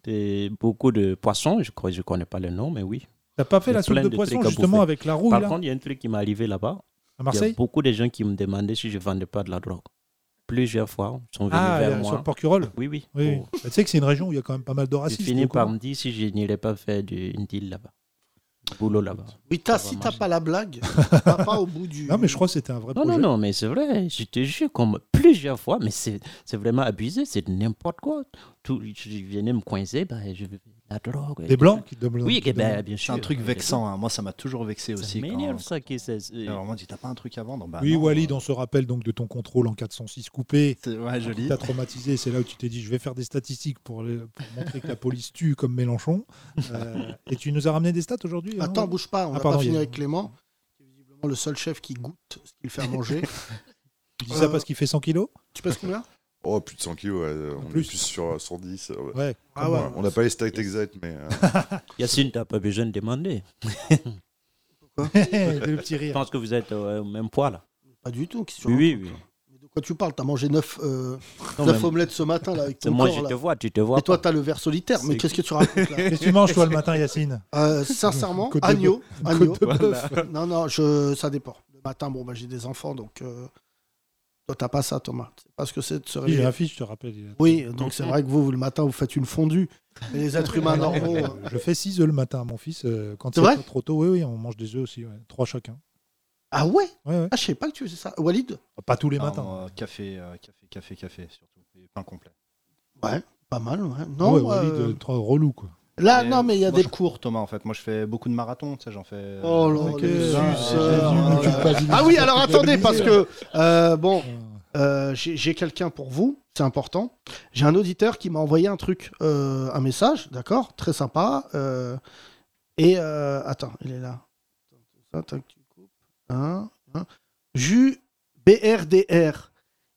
des- beaucoup de poissons. Je crois, je connais pas le nom, mais oui. T'as pas fait Il y a la soupe plein de de poisson trucs à justement bouffer. avec la rouille Par là, contre, il y a un truc qui m'est arrivé à là-bas. Il y a Marseille beaucoup de gens qui me demandaient si je vendais pas de la drogue. Plusieurs fois, ils sont venus Ah, vers euh, moi. sur Porquerolles Oui, oui. Oui. Pour- Bah, tu sais que c'est une région où il y a quand même pas mal de J'ai racistes. fini donc, par hein. me dire si je n'irais pas faire du, une deal là-bas. Boulot là-bas. Oui, t'as, Ça va si t'as marcher. pas la blague, t'as pas au bout du. Non, mais je crois que c'était un vrai Non, projet. non, non, mais c'est vrai, je te jure, comme plusieurs fois, mais c'est c'est vraiment abusé, c'est n'importe quoi. Tout, je venais me coincer, ben, je, la drogue. et Des tout. blancs qui te- Oui, qui eh te- ben, bien C'est sûr. un truc Euh, vexant. hein. Moi, ça m'a toujours vexé Ça aussi. quand- m'énerve ça. Qui, c'est- c'est- Alors, on m'a dit, t'as pas un truc à vendre Bah Oui, non, Walid, euh, on se rappelle donc de ton contrôle en 406 coupé. c'est- Ouais, joli. T'as traumatisé, c'est là où tu t'es dit je vais faire des statistiques pour, les- pour montrer que la police tue comme Mélenchon. Euh, et tu nous as ramené des stats aujourd'hui hein, Attends, bouge pas, on Ah, va pardon, pas il y finir a- avec Clément. qui est visiblement Le seul chef qui goûte ce qu'il fait à manger. Tu dis ça parce qu'il fait 100 kilos tu penses combien Oh, plus de 100 kilos. ouais, euh, On Plus. est plus sur 110. euh, ouais. Ouais. Ah (laughs) Ouais, ouais. on n'a pas les stats exacts, mais. euh, Yacine, t'as pas besoin de demander. le petit Je rire. pense que vous êtes euh, au même poids là. Pas du tout. qu'est-ce que tu Oui, oui, oui. racontes De quoi tu parles T'as mangé 9, euh, Non, neuf mais- omelettes ce matin là, avec c'est ton moi, corps, je là. te vois, tu te vois. Et toi, pas. t'as le verre solitaire. Mais C'est- qu'est-ce que tu racontes là Qu'est-ce que tu manges toi le matin, Yacine Euh, Sincèrement, Côte de agneau. agneau. (laughs) Côte de bœuf. Non, non, je, ça dépend. Le matin, bon, bah, j'ai des enfants, donc. euh, Toi, t'as pas ça, Thomas. C'est pas ce que c'est de se J'ai réveiller. la fiche, je te rappelle. il y a- Oui, Mhm. donc c'est vrai que vous, vous, le matin, vous faites une fondue. Mais les êtres (laughs) humains normaux. euh, Je fais 6 œufs le matin à mon fils. euh, quand C'est c'est pas vrai trop tôt, oui, oui, on mange des œufs aussi. ouais. Trois chacun. Ah ouais Ouais, ouais. Ah, je sais pas que tu faisais ça. Walid Pas tous les Ah, matins. moi, café, euh, café, café, café, surtout. Et pain complet. Ouais, pas mal, ouais. Non, ouais, moi, Walid, euh, euh, trois relou, quoi. là, Et non, mais il y a moi, des. Je cours, Thomas, en fait. Moi, je fais beaucoup de marathons, tu sais, j'en fais. euh, Oh là j'en fais là, quelques-uns, Jésus, et euh, oh j'ai- là là. Ah euh, oui, alors attendez, parce que, euh, bon, euh, j'ai j'ai quelqu'un pour vous, c'est important. J'ai un auditeur qui m'a envoyé un truc, euh, un message, d'accord Très sympa. euh, et, euh, attends, il est là. Ça, tac, tu coupes. Hein, hein. Jus BRDR.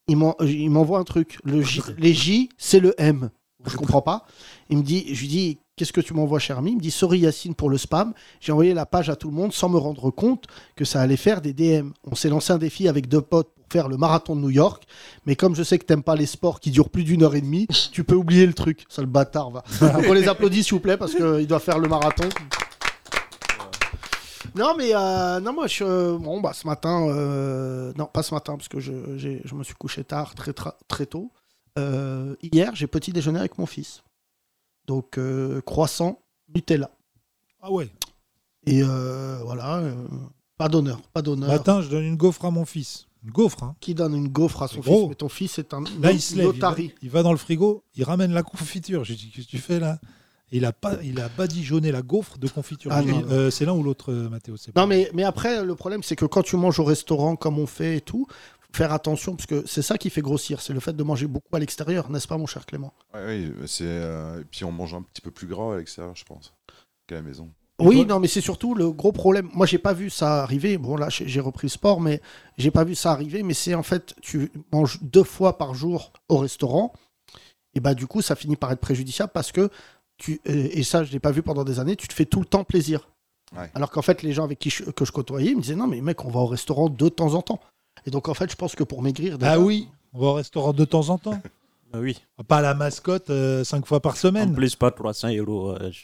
Il m'en- euh, il m'envoie un truc. Le J- les J, c'est le M. Je comprends pas. Il me dit, je lui dis, qu'est-ce que tu m'envoies, cher ami Il me dit, sorry Yacine pour le spam. J'ai envoyé la page à tout le monde sans me rendre compte que ça allait faire des DM. On s'est lancé un défi avec deux potes pour faire le marathon de New York. Mais comme je sais que t'aimes pas les sports qui durent plus d'une heure et demie, tu peux oublier le truc. Ça, le bâtard, va. Donc, on les applaudit, s'il vous plaît, parce qu'il doit faire le marathon. Non, mais euh, non, moi, je, euh, bon, bah, ce matin, euh, non, pas ce matin, parce que je, j'ai- je me suis couché tard, très, tra- très tôt. Euh, hier, j'ai petit déjeuner avec mon fils. Donc, euh, croissant, Nutella. Ah ouais. Et euh, voilà, euh, pas d'honneur, pas d'honneur. Matin, je donne une gaufre à mon fils. Une gaufre, hein. Qui donne une gaufre à son C'est gros. fils Mais ton fils est un Là, il se lève. Il va, notari. il va dans le frigo, il ramène la confiture. J'ai dit, qu'est-ce que tu fais là il a, pas, il a badigeonné la gaufre de confiture. Ah J'ai dit, non. euh, c'est l'un ou l'autre, euh, Mathéo c'est Non, pas- mais, mais après, le problème, c'est que quand tu manges au restaurant comme on fait et tout, faut faire attention, parce que c'est ça qui fait grossir, c'est le fait de manger beaucoup à l'extérieur, n'est-ce pas, mon cher Clément Ouais, oui, c'est. euh, et puis on mange un petit peu plus gras à l'extérieur, je pense, qu'à la maison. Oui, non, mais c'est surtout le gros problème. Moi, j'ai pas vu ça arriver. Bon, là, j'ai j'ai repris le sport, mais j'ai pas vu ça arriver. Mais c'est en fait, tu manges deux fois par jour au restaurant, et bah du coup, ça finit par être préjudiciable parce que tu euh, et et ça, je l'ai pas vu pendant des années. Tu te fais tout le temps plaisir. Ouais. Alors qu'en fait, les gens avec qui je- que je côtoyais ils me disaient non, mais mec, on va au restaurant de temps en temps. Et donc, en fait, je pense que pour maigrir, Ah déjà- oui, on va au restaurant de temps en temps. Ah oui. Pas à la mascotte euh, cinq fois par En Ben. semaine. plus, pas 300 euros. euh, je-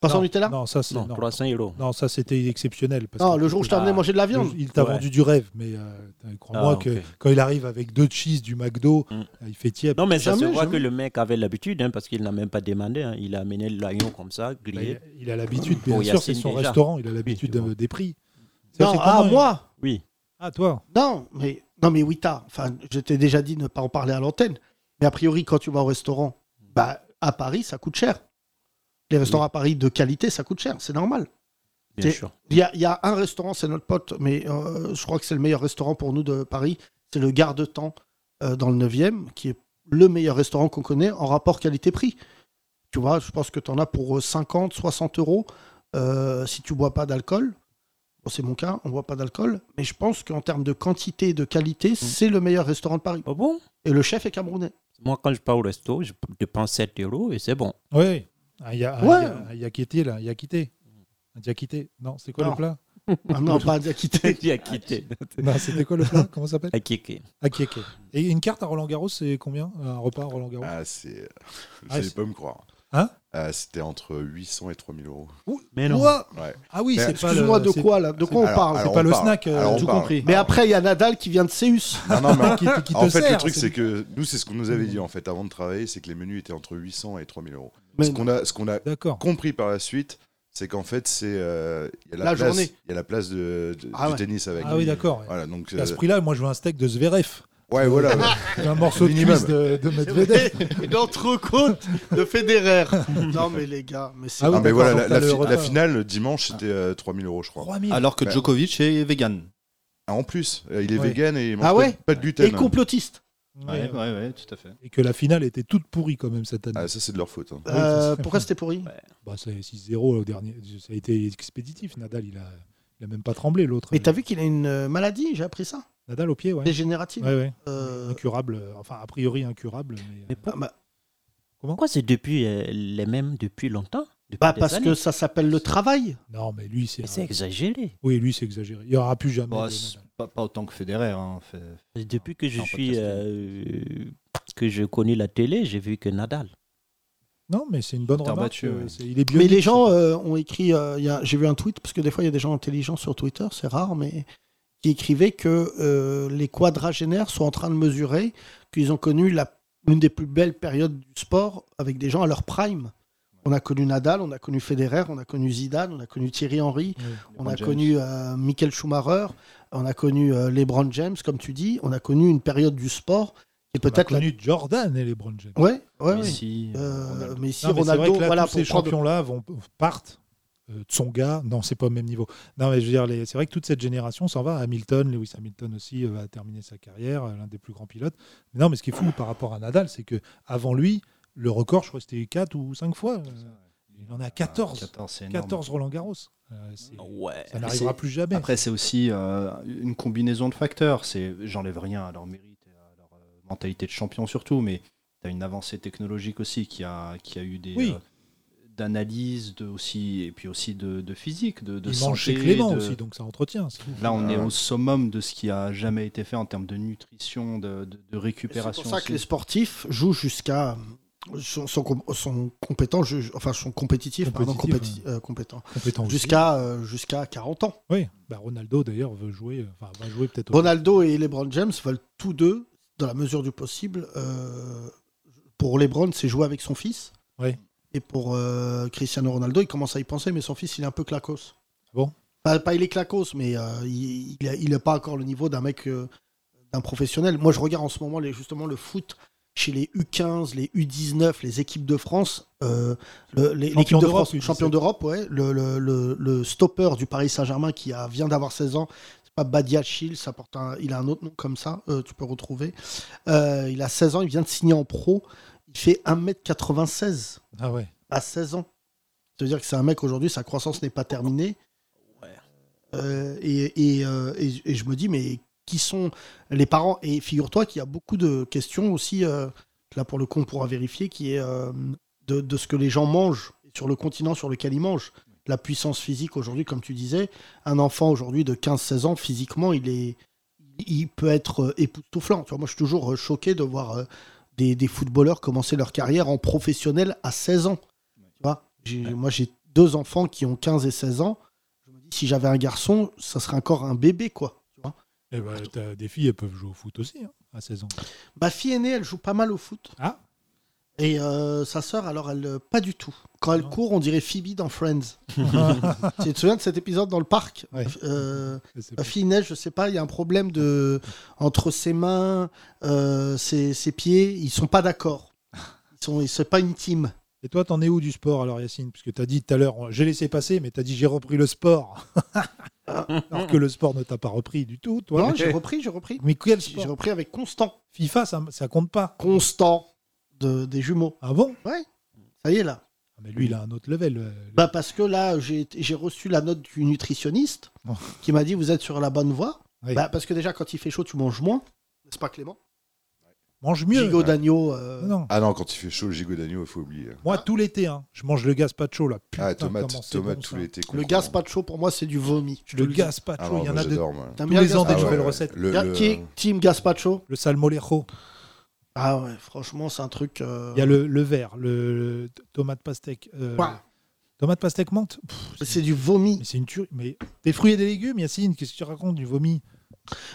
Croissant Non, Nutella. Non, Non, ça c'est non, non. 300 euros. Non, ça c'était exceptionnel. Parce que- bah, le jour où je t'ai amené Ah. manger de la viande. Il t'a Ouais. vendu du rêve, mais euh, t'as- crois-moi Ah, que ok. quand il arrive avec deux cheese du McDo, Mm. euh, il fait tiep. Non, mais ça Jamais, se voit jamais. que le mec avait l'habitude, hein, parce qu'il n'a même pas demandé. hein. Il a amené l'agneau comme ça, grillé. il, Bah, il a l'habitude, Bon, bien sûr, c'est Yacine, son déjà. restaurant, il a l'habitude tu vois. euh, des prix. Ça, Non, c'est ah comment, il- moi. Oui. Ah, toi Non, mais non, mais oui, t'as. Enfin, je t'ai déjà dit de ne pas en parler à l'antenne. Mais a priori, quand tu vas au restaurant, bah à Paris, ça coûte cher. Les restaurants à Paris de qualité, ça coûte cher, c'est normal. Bien C'est- sûr. Il y a, il y a un restaurant, c'est notre pote, mais euh, je crois que c'est le meilleur restaurant pour nous de Paris. C'est le Garde-Temps euh, dans le 9e, qui est le meilleur restaurant qu'on connaît en rapport qualité-prix. Tu vois, je pense que tu en as pour euh, 50, 60 euros euh, si tu bois pas d'alcool. Bon, c'est mon cas, on boit pas d'alcool. Mais je pense qu'en termes de quantité et de qualité, Mmh. c'est le meilleur restaurant de Paris. Ah bon Et le chef (laughs) est camerounais. Moi, quand je pars au resto, je dépense 7 euros et (laughs) c'est bon. Oui. Ah, il y a, ah, Ouais. il y a- ah, il y a quitté, là. Il y a quitté. Il y a quitté. Non, c'est quoi Non. le plat Ah non, pas d'acquitté. Il a quitté. Non, c'était quoi le (laughs) plat Comment ça s'appelle A kické. Akieke. Et une carte à Roland Garros, c'est combien Euh, Un repas à Roland Garros Ah, (laughs) c'est. Ah, Vous allez c'est- pas me croire. Hein Ah, C'était entre 800 et 3000 euros. Mais non. Ouah Ouais. Ah oui, Mais c'est pas le... Excuse-moi, de c'est- quoi là De quoi on Alors- parle alors pas on le parle. snack, euh, Alors on tout parle. compris. Mais après, il y a Nadal qui vient de Séus. Non, non, mais (laughs) (laughs) Qui, qui te en fait, sert, le truc, c'est que nous, c'est ce qu'on nous Mmh. avait dit en fait avant de travailler, c'est que les menus étaient entre 800 et 3000 euros. Mais Ce qu'on a, ce qu'on a D'accord. compris par la suite, c'est qu'en fait, c'est euh, il y a la, La place, journée. il y a la place de, de- Ah du ouais. tennis avec. Ah oui, d'accord. Voilà, donc Et À ce euh, prix-là, moi, je veux un steak de Zverev. ouais, Ah voilà. (laughs) ouais. Un morceau de Minimum. cuisse de, (laughs) de Medvedev. (laughs) Et L'entrecôte de Federer. (laughs) Non, mais les gars, mais c'est Ah oui, Ah, mais d'accord, voilà, donc la, t'as la le Ah. fi- repas. la finale le dimanche, c'était euh, 3000 euros, je crois. 3000. Alors que Ouais. Djokovic est vegan. Ah, en plus, euh, il est Ouais. vegan et il mange Ah pas- ouais pas de gluten. et complotiste. Ouais, Ouais. ouais, ouais, tout à fait. Et que la finale était toute pourrie quand même cette année. Ah, ça, c'est de leur faute. hein. Oui, Euh, ça se- pourquoi c'était pourri Bah, c'est 6-0 au dernier. Ça a été expéditif. Nadal, il a, il a même pas tremblé l'autre. Mais t'as vu qu'il a une euh, maladie, j'ai appris ça. Nadal au pied, ouais. Dégénérative. Ouais, ouais. Euh, Incurable. euh, Enfin, a priori incurable. Mais, Mais ah, bah, Pourquoi c'est depuis euh, les mêmes depuis longtemps depuis bah, des parce années que ça s'appelle le travail. euh, Non, mais lui, c'est. Mais C'est exagéré. Oui, lui, c'est exagéré. Il n'y aura plus jamais. de Bon, Oh, Bah, c'est Nadal. pas, pas autant que Federer. hein, en fait. Depuis que je Non, suis podcast. euh, que je connais la télé, j'ai vu que Nadal. Non, mais c'est une bonne T'as remarque. battu, euh, oui. c'est- Il est Mais bionique, les gens c'est- euh, ont écrit, euh, il y a- j'ai vu un tweet, parce que des fois il y a des gens intelligents sur Twitter, c'est rare, mais qui écrivait que euh, les quadragénaires sont en train de mesurer qu'ils ont connu la, une des plus belles périodes du sport avec des gens à leur prime. On a connu Nadal, on a connu Federer, on a connu Zidane, on a connu Thierry Henry, on a James. connu euh, Michael Schumacher, on a connu euh, LeBron James, comme tu dis. On a connu une période du sport qui est On a peut-être la- connu Jordan et les Brown James. Ouais, ouais, ouais. Messi, Euh, Ronaldo. Messi, Non, mais c'est vrai Ronaldo, que là, voilà, tous ces pour prendre- champions-là vont partent. Euh, Tsonga, non, c'est pas au même niveau. Non, mais je veux dire, les- c'est vrai que toute cette génération s'en va. Hamilton, Lewis Hamilton aussi euh, a terminé sa carrière, euh, l'un des plus grands pilotes. Mais non, mais ce qui est fou par rapport à Nadal, c'est que avant lui, le record, je crois que c'était 4 ou 5 fois. Euh, Il en a 14. 14, Ah, c'est énorme. 14 Roland Garros. Euh, c'est- Ah Ouais. ça n'arrivera c'est- plus jamais. Après, c'est aussi euh, une combinaison de facteurs. C'est, j'enlève rien à leur mérite et à leur euh, mentalité de champion surtout, mais tu as une avancée technologique aussi qui a, qui a eu des Oui. euh, d'analyse de aussi et puis aussi de, de physique, de, de il mange santé. chez Clément de- aussi, donc ça entretient. c'est tout. Là, on est Euh. au summum de ce qui a jamais été fait en termes de nutrition, de, de- de C'est récupération. pour ça que les aussi. sportifs jouent jusqu'à sont, sont, com- sont compétents, ju- enfin sont compétitifs, pardon, Compétitifs, compéti- euh, compétents Compétent aussi. jusqu'à euh, jusqu'à 40 ans. Oui, bah, Ronaldo d'ailleurs veut jouer, euh, enfin va jouer peut-être. au- Ronaldo et LeBron James veulent tous deux, dans la mesure du possible, euh, pour LeBron, c'est jouer avec son fils. Oui. Et pour euh, Cristiano Ronaldo, il commence à y penser, mais son fils, il est un peu clacos. Bon. Pas, pas il est clacos, mais euh, il n'a pas encore le niveau d'un mec, euh, d'un professionnel. Moi, je regarde en ce moment les, justement le foot chez les U15, les U19, les équipes de France, euh, le- les- Champion l'équipe de d'Europe, France, U17. champion d'Europe, ouais, le, le- le- le stopper du Paris Saint-Germain qui a- vient d'avoir 16 ans, c'est pas Badiachil, ça porte un- il a un autre nom comme ça, euh, tu peux retrouver. Euh, il a 16 ans, il vient de signer en pro, il fait 1m96 Ah ouais. à 16 ans. C'est-à-dire que c'est un mec aujourd'hui, sa croissance n'est pas terminée. Euh, et, et, euh, et- et je me dis, mais qui sont les parents Et figure-toi qu'il y a beaucoup de questions aussi, euh, là pour le coup, on pourra vérifier, qui est euh, de, de ce que les gens mangent sur le continent sur lequel ils mangent. La puissance physique aujourd'hui, comme tu disais, un enfant aujourd'hui de 15-16 ans, physiquement, il est il peut être euh, époustouflant. Tu vois, moi, je suis toujours euh, choqué de voir euh, des, des footballeurs commencer leur carrière en professionnel à 16 ans. Tu vois J'ai- Moi, j'ai deux enfants qui ont 15 et 16 ans. Je me dis, si j'avais un garçon, ça serait encore un bébé, quoi. Tu vois Eh ben, t'as des filles, elles peuvent jouer au foot aussi, hein, à 16 ans. Ma fille aînée, elle joue pas mal au foot. Ah. Et euh, sa sœur, alors, elle, euh, pas du tout. Quand elle Non. court, on dirait Phoebe dans Friends. tu te souviens de cet épisode dans le parc Ouais. Euh, C'est La pas- fille neige, je sais pas, il y a un problème de entre ses mains, euh, ses, ses pieds, ils sont pas d'accord. Ils sont, ils sont pas une team. Et toi, t'en es où du sport alors, Yacine Puisque t'as dit tout à l'heure, on- j'ai laissé passer, mais t'as dit j'ai repris le sport. alors que le sport ne t'a pas repris du tout, toi. Non, j'ai repris, j'ai repris, Mais quel j'ai sport repris avec Constant, FIFA, ça, ça compte pas. Constant de, des jumeaux. Ah bon Ça y est là. Ah, Mais lui, il a un autre level. euh, Bah parce que là, j'ai j'ai reçu la note du nutritionniste Bon. qui m'a dit vous êtes sur la bonne voie. Oui. Bah, parce que déjà quand il fait chaud, tu manges moins, n'est-ce pas Clément Mange mieux. Gigot d'agneau. euh, Non. Ah non, quand il fait chaud, le gigot d'agneau, il faut oublier. Moi, Ah. tout l'été, hein, je mange le gazpacho là. Putain, ah, tomate, comment c'est tomate bon, tout ça. l'été. Le concombre. gaz pas de chaud pour moi, c'est du vomi. Je te Le le dis. Ah gazpacho, non, il y en moi, a de j'adore, moi. Ah T'aimes tous bien le les ans des gazpacho nouvelles ouais, recettes. Le, Gars- le- Qui est team gaz pas de chaud Le salmorejo. Ah ouais, franchement, c'est un truc. euh, Il y a le, le vert, le, le tomate pastèque. euh, Ouah, Tomate pastèque menthe. Pff, c'est du vomi. Mais c'est une tuerie. Mais des fruits et des légumes, Yacine, qu'est-ce que tu racontes du vomi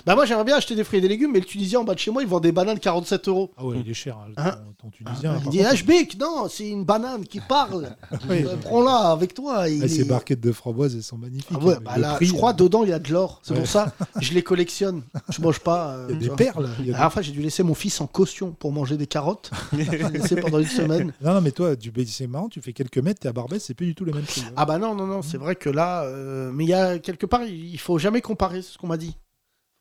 Bah moi j'aimerais bien acheter des fruits et des légumes, mais le Tunisien en bas de chez moi il vend des bananes 47 euros. Ah ouais, il est cher, hein, Hein ton, ton Tunisien. par il dit ah, Eh, contre. HBIC, non, c'est une banane qui parle. (laughs) Oui. Euh, Prends-la avec toi. Il Ah, ces est- barquettes de framboises, elles sont magnifiques. Ah ouais, hein, mais bah le là, prix, je crois euh, dedans il y a de l'or. C'est Ouais. pour ça, je les collectionne. Je mange pas. euh, Il y a tu des vois. perles. il y a La dernière fois j'ai dû laisser mon fils en caution pour manger (laughs) des carottes. J'ai laissé pendant une semaine. des- Non, non, mais toi, du B- c'est marrant, tu fais quelques mètres, t'es à Barbès, c'est plus du tout le même prix. hein. Ah bah non, non, non, c'est vrai que là, euh, mais il y a quelque part, il il faut jamais comparer, c'est ce qu'on m'a dit.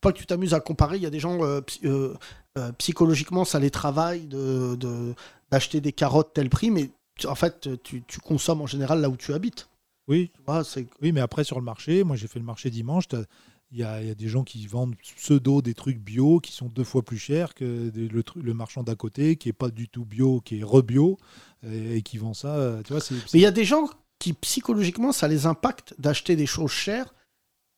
Faut Pas que tu t'amuses à comparer, il y a des gens, euh, psy- euh, euh, psychologiquement, ça les travaille de, de- d'acheter des carottes tel prix, mais tu- en fait, tu, tu consommes en général là où tu habites. Oui. Tu vois, c'est... Oui, mais après, sur le marché, moi, j'ai fait le marché dimanche, t'as- il y a, il y a des gens qui vendent pseudo des trucs bio qui sont deux fois plus chers que des- le, tru- le marchand d'à côté qui est pas du tout bio, qui est re-bio et, et qui vend ça. euh, Tu vois, c'est. Mais il y a des gens qui, psychologiquement, ça les impacte d'acheter des choses chères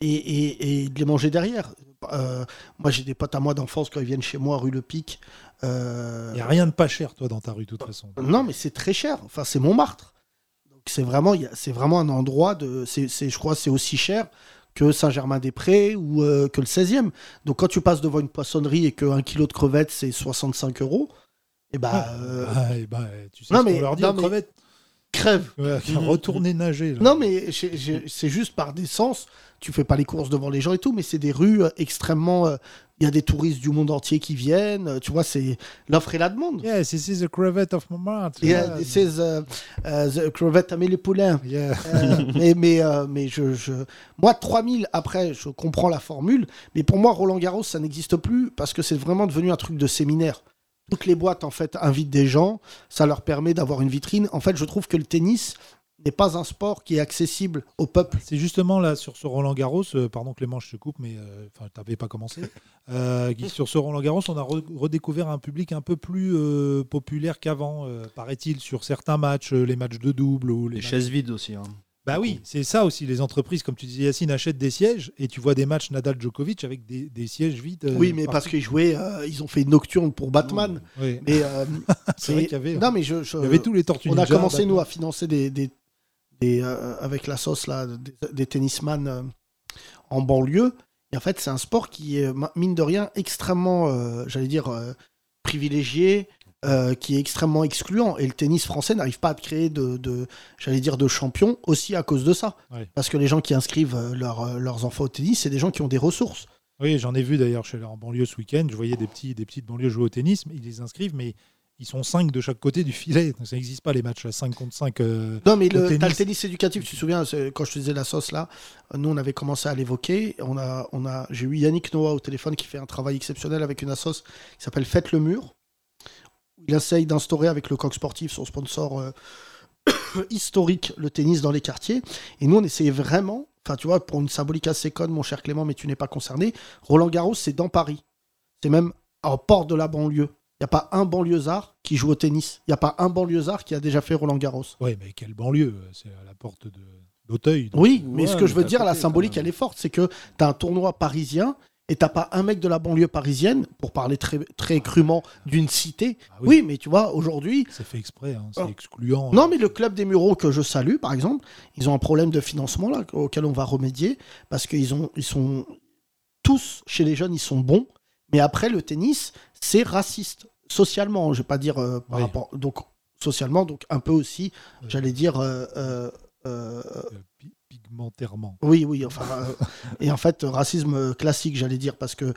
et, et- et de les manger derrière. Euh, moi, j'ai des potes à moi d'enfance, quand ils viennent chez moi, rue Le Pic. euh, Il n'y a rien de pas cher, toi, dans ta rue, de toute façon. Non, mais c'est très cher. Enfin, c'est Montmartre. Donc c'est vraiment, il y a- c'est vraiment un endroit de, c'est, c'est- je crois, que c'est aussi cher que Saint-Germain-des-Prés ou euh, que le 16e. Donc quand tu passes devant une poissonnerie et qu'un kilo de crevettes, c'est 65 euros, et bah, euh, Ah, eh ben, tu sais non, ce qu'on mais- leur dit non, aux mais- crevettes crève. (laughs) Ouais, Retourner nager. là. Non, mais j'ai- j'ai- c'est juste par décence. Tu fais pas les courses devant les gens et tout, mais c'est des rues euh, extrêmement. euh, Il y a des touristes du monde entier qui viennent. euh, Tu vois, c'est l'offre et la demande. Yeah, this is the crevette of Montmartre. Yeah, this is, uh, uh, the crevette Amélie Poulain. Yeah. Euh, mais mais, euh, mais je, je... moi, 3000, après, je comprends la formule, mais pour moi, Roland Garros, ça n'existe plus parce que c'est vraiment devenu un truc de séminaire. Toutes les boîtes, en fait, invitent des gens, ça leur permet d'avoir une vitrine. En fait, je trouve que le tennis n'est pas un sport qui est accessible au peuple. C'est justement là sur ce Roland Garros, euh, pardon Clément, je te coupe, mais euh, enfin t'avais pas (laughs) commencé. Euh, qui- sur ce Roland Garros, on a re- redécouvert un public un peu plus euh, populaire qu'avant, euh, paraît-il, sur certains matchs, euh, les matchs de double ou les, Les matchs- chaises vides aussi. hein. Bah oui, c'est ça aussi. Les entreprises, comme tu disais, Yacine achètent des sièges et tu vois des matchs Nadal-Djokovic avec des, des sièges vides. euh, oui, mais parce partout. qu'ils jouaient, euh, ils ont fait une nocturne pour Batman. Oui. Mais, euh, (laughs) C'est vrai et- qu'il y avait, hein. Non, mais je, je- il y avait tous les tortues. Euh, On a Ninja, commencé, Batman. nous, à financer des, des, des, euh, avec la sauce là, des, des tennisman euh, en banlieue. Et en fait, c'est un sport qui est, ma- mine de rien, extrêmement, euh, j'allais dire, euh, privilégié, euh, qui est extrêmement excluant. Et le tennis français n'arrive pas à créer de, de- j'allais dire, de champions aussi à cause de ça. Ouais. Parce que les gens qui inscrivent euh, leurs- euh, leurs enfants au tennis, c'est des gens qui ont des ressources. Oui, j'en ai vu d'ailleurs chez en banlieue ce week-end. Je voyais des petits, des petites banlieues jouer au tennis, mais ils les inscrivent, mais ils sont 5 de chaque côté du filet. Donc ça n'existe pas les matchs à 5 contre euh. 5. Non, mais Au le, tennis. t'as le tennis éducatif, tu te souviens, c'est- quand je te disais la sauce là, euh, nous on avait commencé à l'évoquer. On a, on a, j'ai eu Yannick Noah au téléphone qui fait un travail exceptionnel avec une assoce qui s'appelle Faites le mur. Il essaye d'instaurer avec le coq sportif, son sponsor euh, (coughs) historique, le tennis dans les quartiers. Et nous on essayait vraiment, enfin tu vois, pour une symbolique assez conne, mon cher Clément, mais tu n'es pas concerné. Roland Garros, c'est dans Paris. C'est même en port de la banlieue. Il n'y a pas un banlieusard qui joue au tennis. Il n'y a pas un banlieusard qui a déjà fait Roland Garros. Oui, mais quelle banlieue euh, C'est à la porte de d'Auteuil. donc. Oui, mais Ouais, ce que mais je veux t'as dire, la côté, symbolique, quand même. elle est forte. C'est que tu as un tournoi parisien et t'as pas un mec de la banlieue parisienne, pour parler très, très crûment, d'une cité. Ah Oui, mais tu vois, aujourd'hui. C'est fait exprès, hein, c'est Oh. excluant. Non, mais le club des Mureaux que je salue, par exemple, ils ont un problème de financement là, auquel on va remédier parce qu'ils ont, ils sont tous chez les jeunes, ils sont bons. Mais après, le tennis, c'est raciste socialement. Je vais pas dire euh, par Oui. rapport, donc socialement, donc un peu aussi, j'allais dire. euh, euh, euh, euh, pi- pigmentairement. oui, oui, enfin, euh, et en fait, euh, racisme euh, classique, j'allais dire, parce que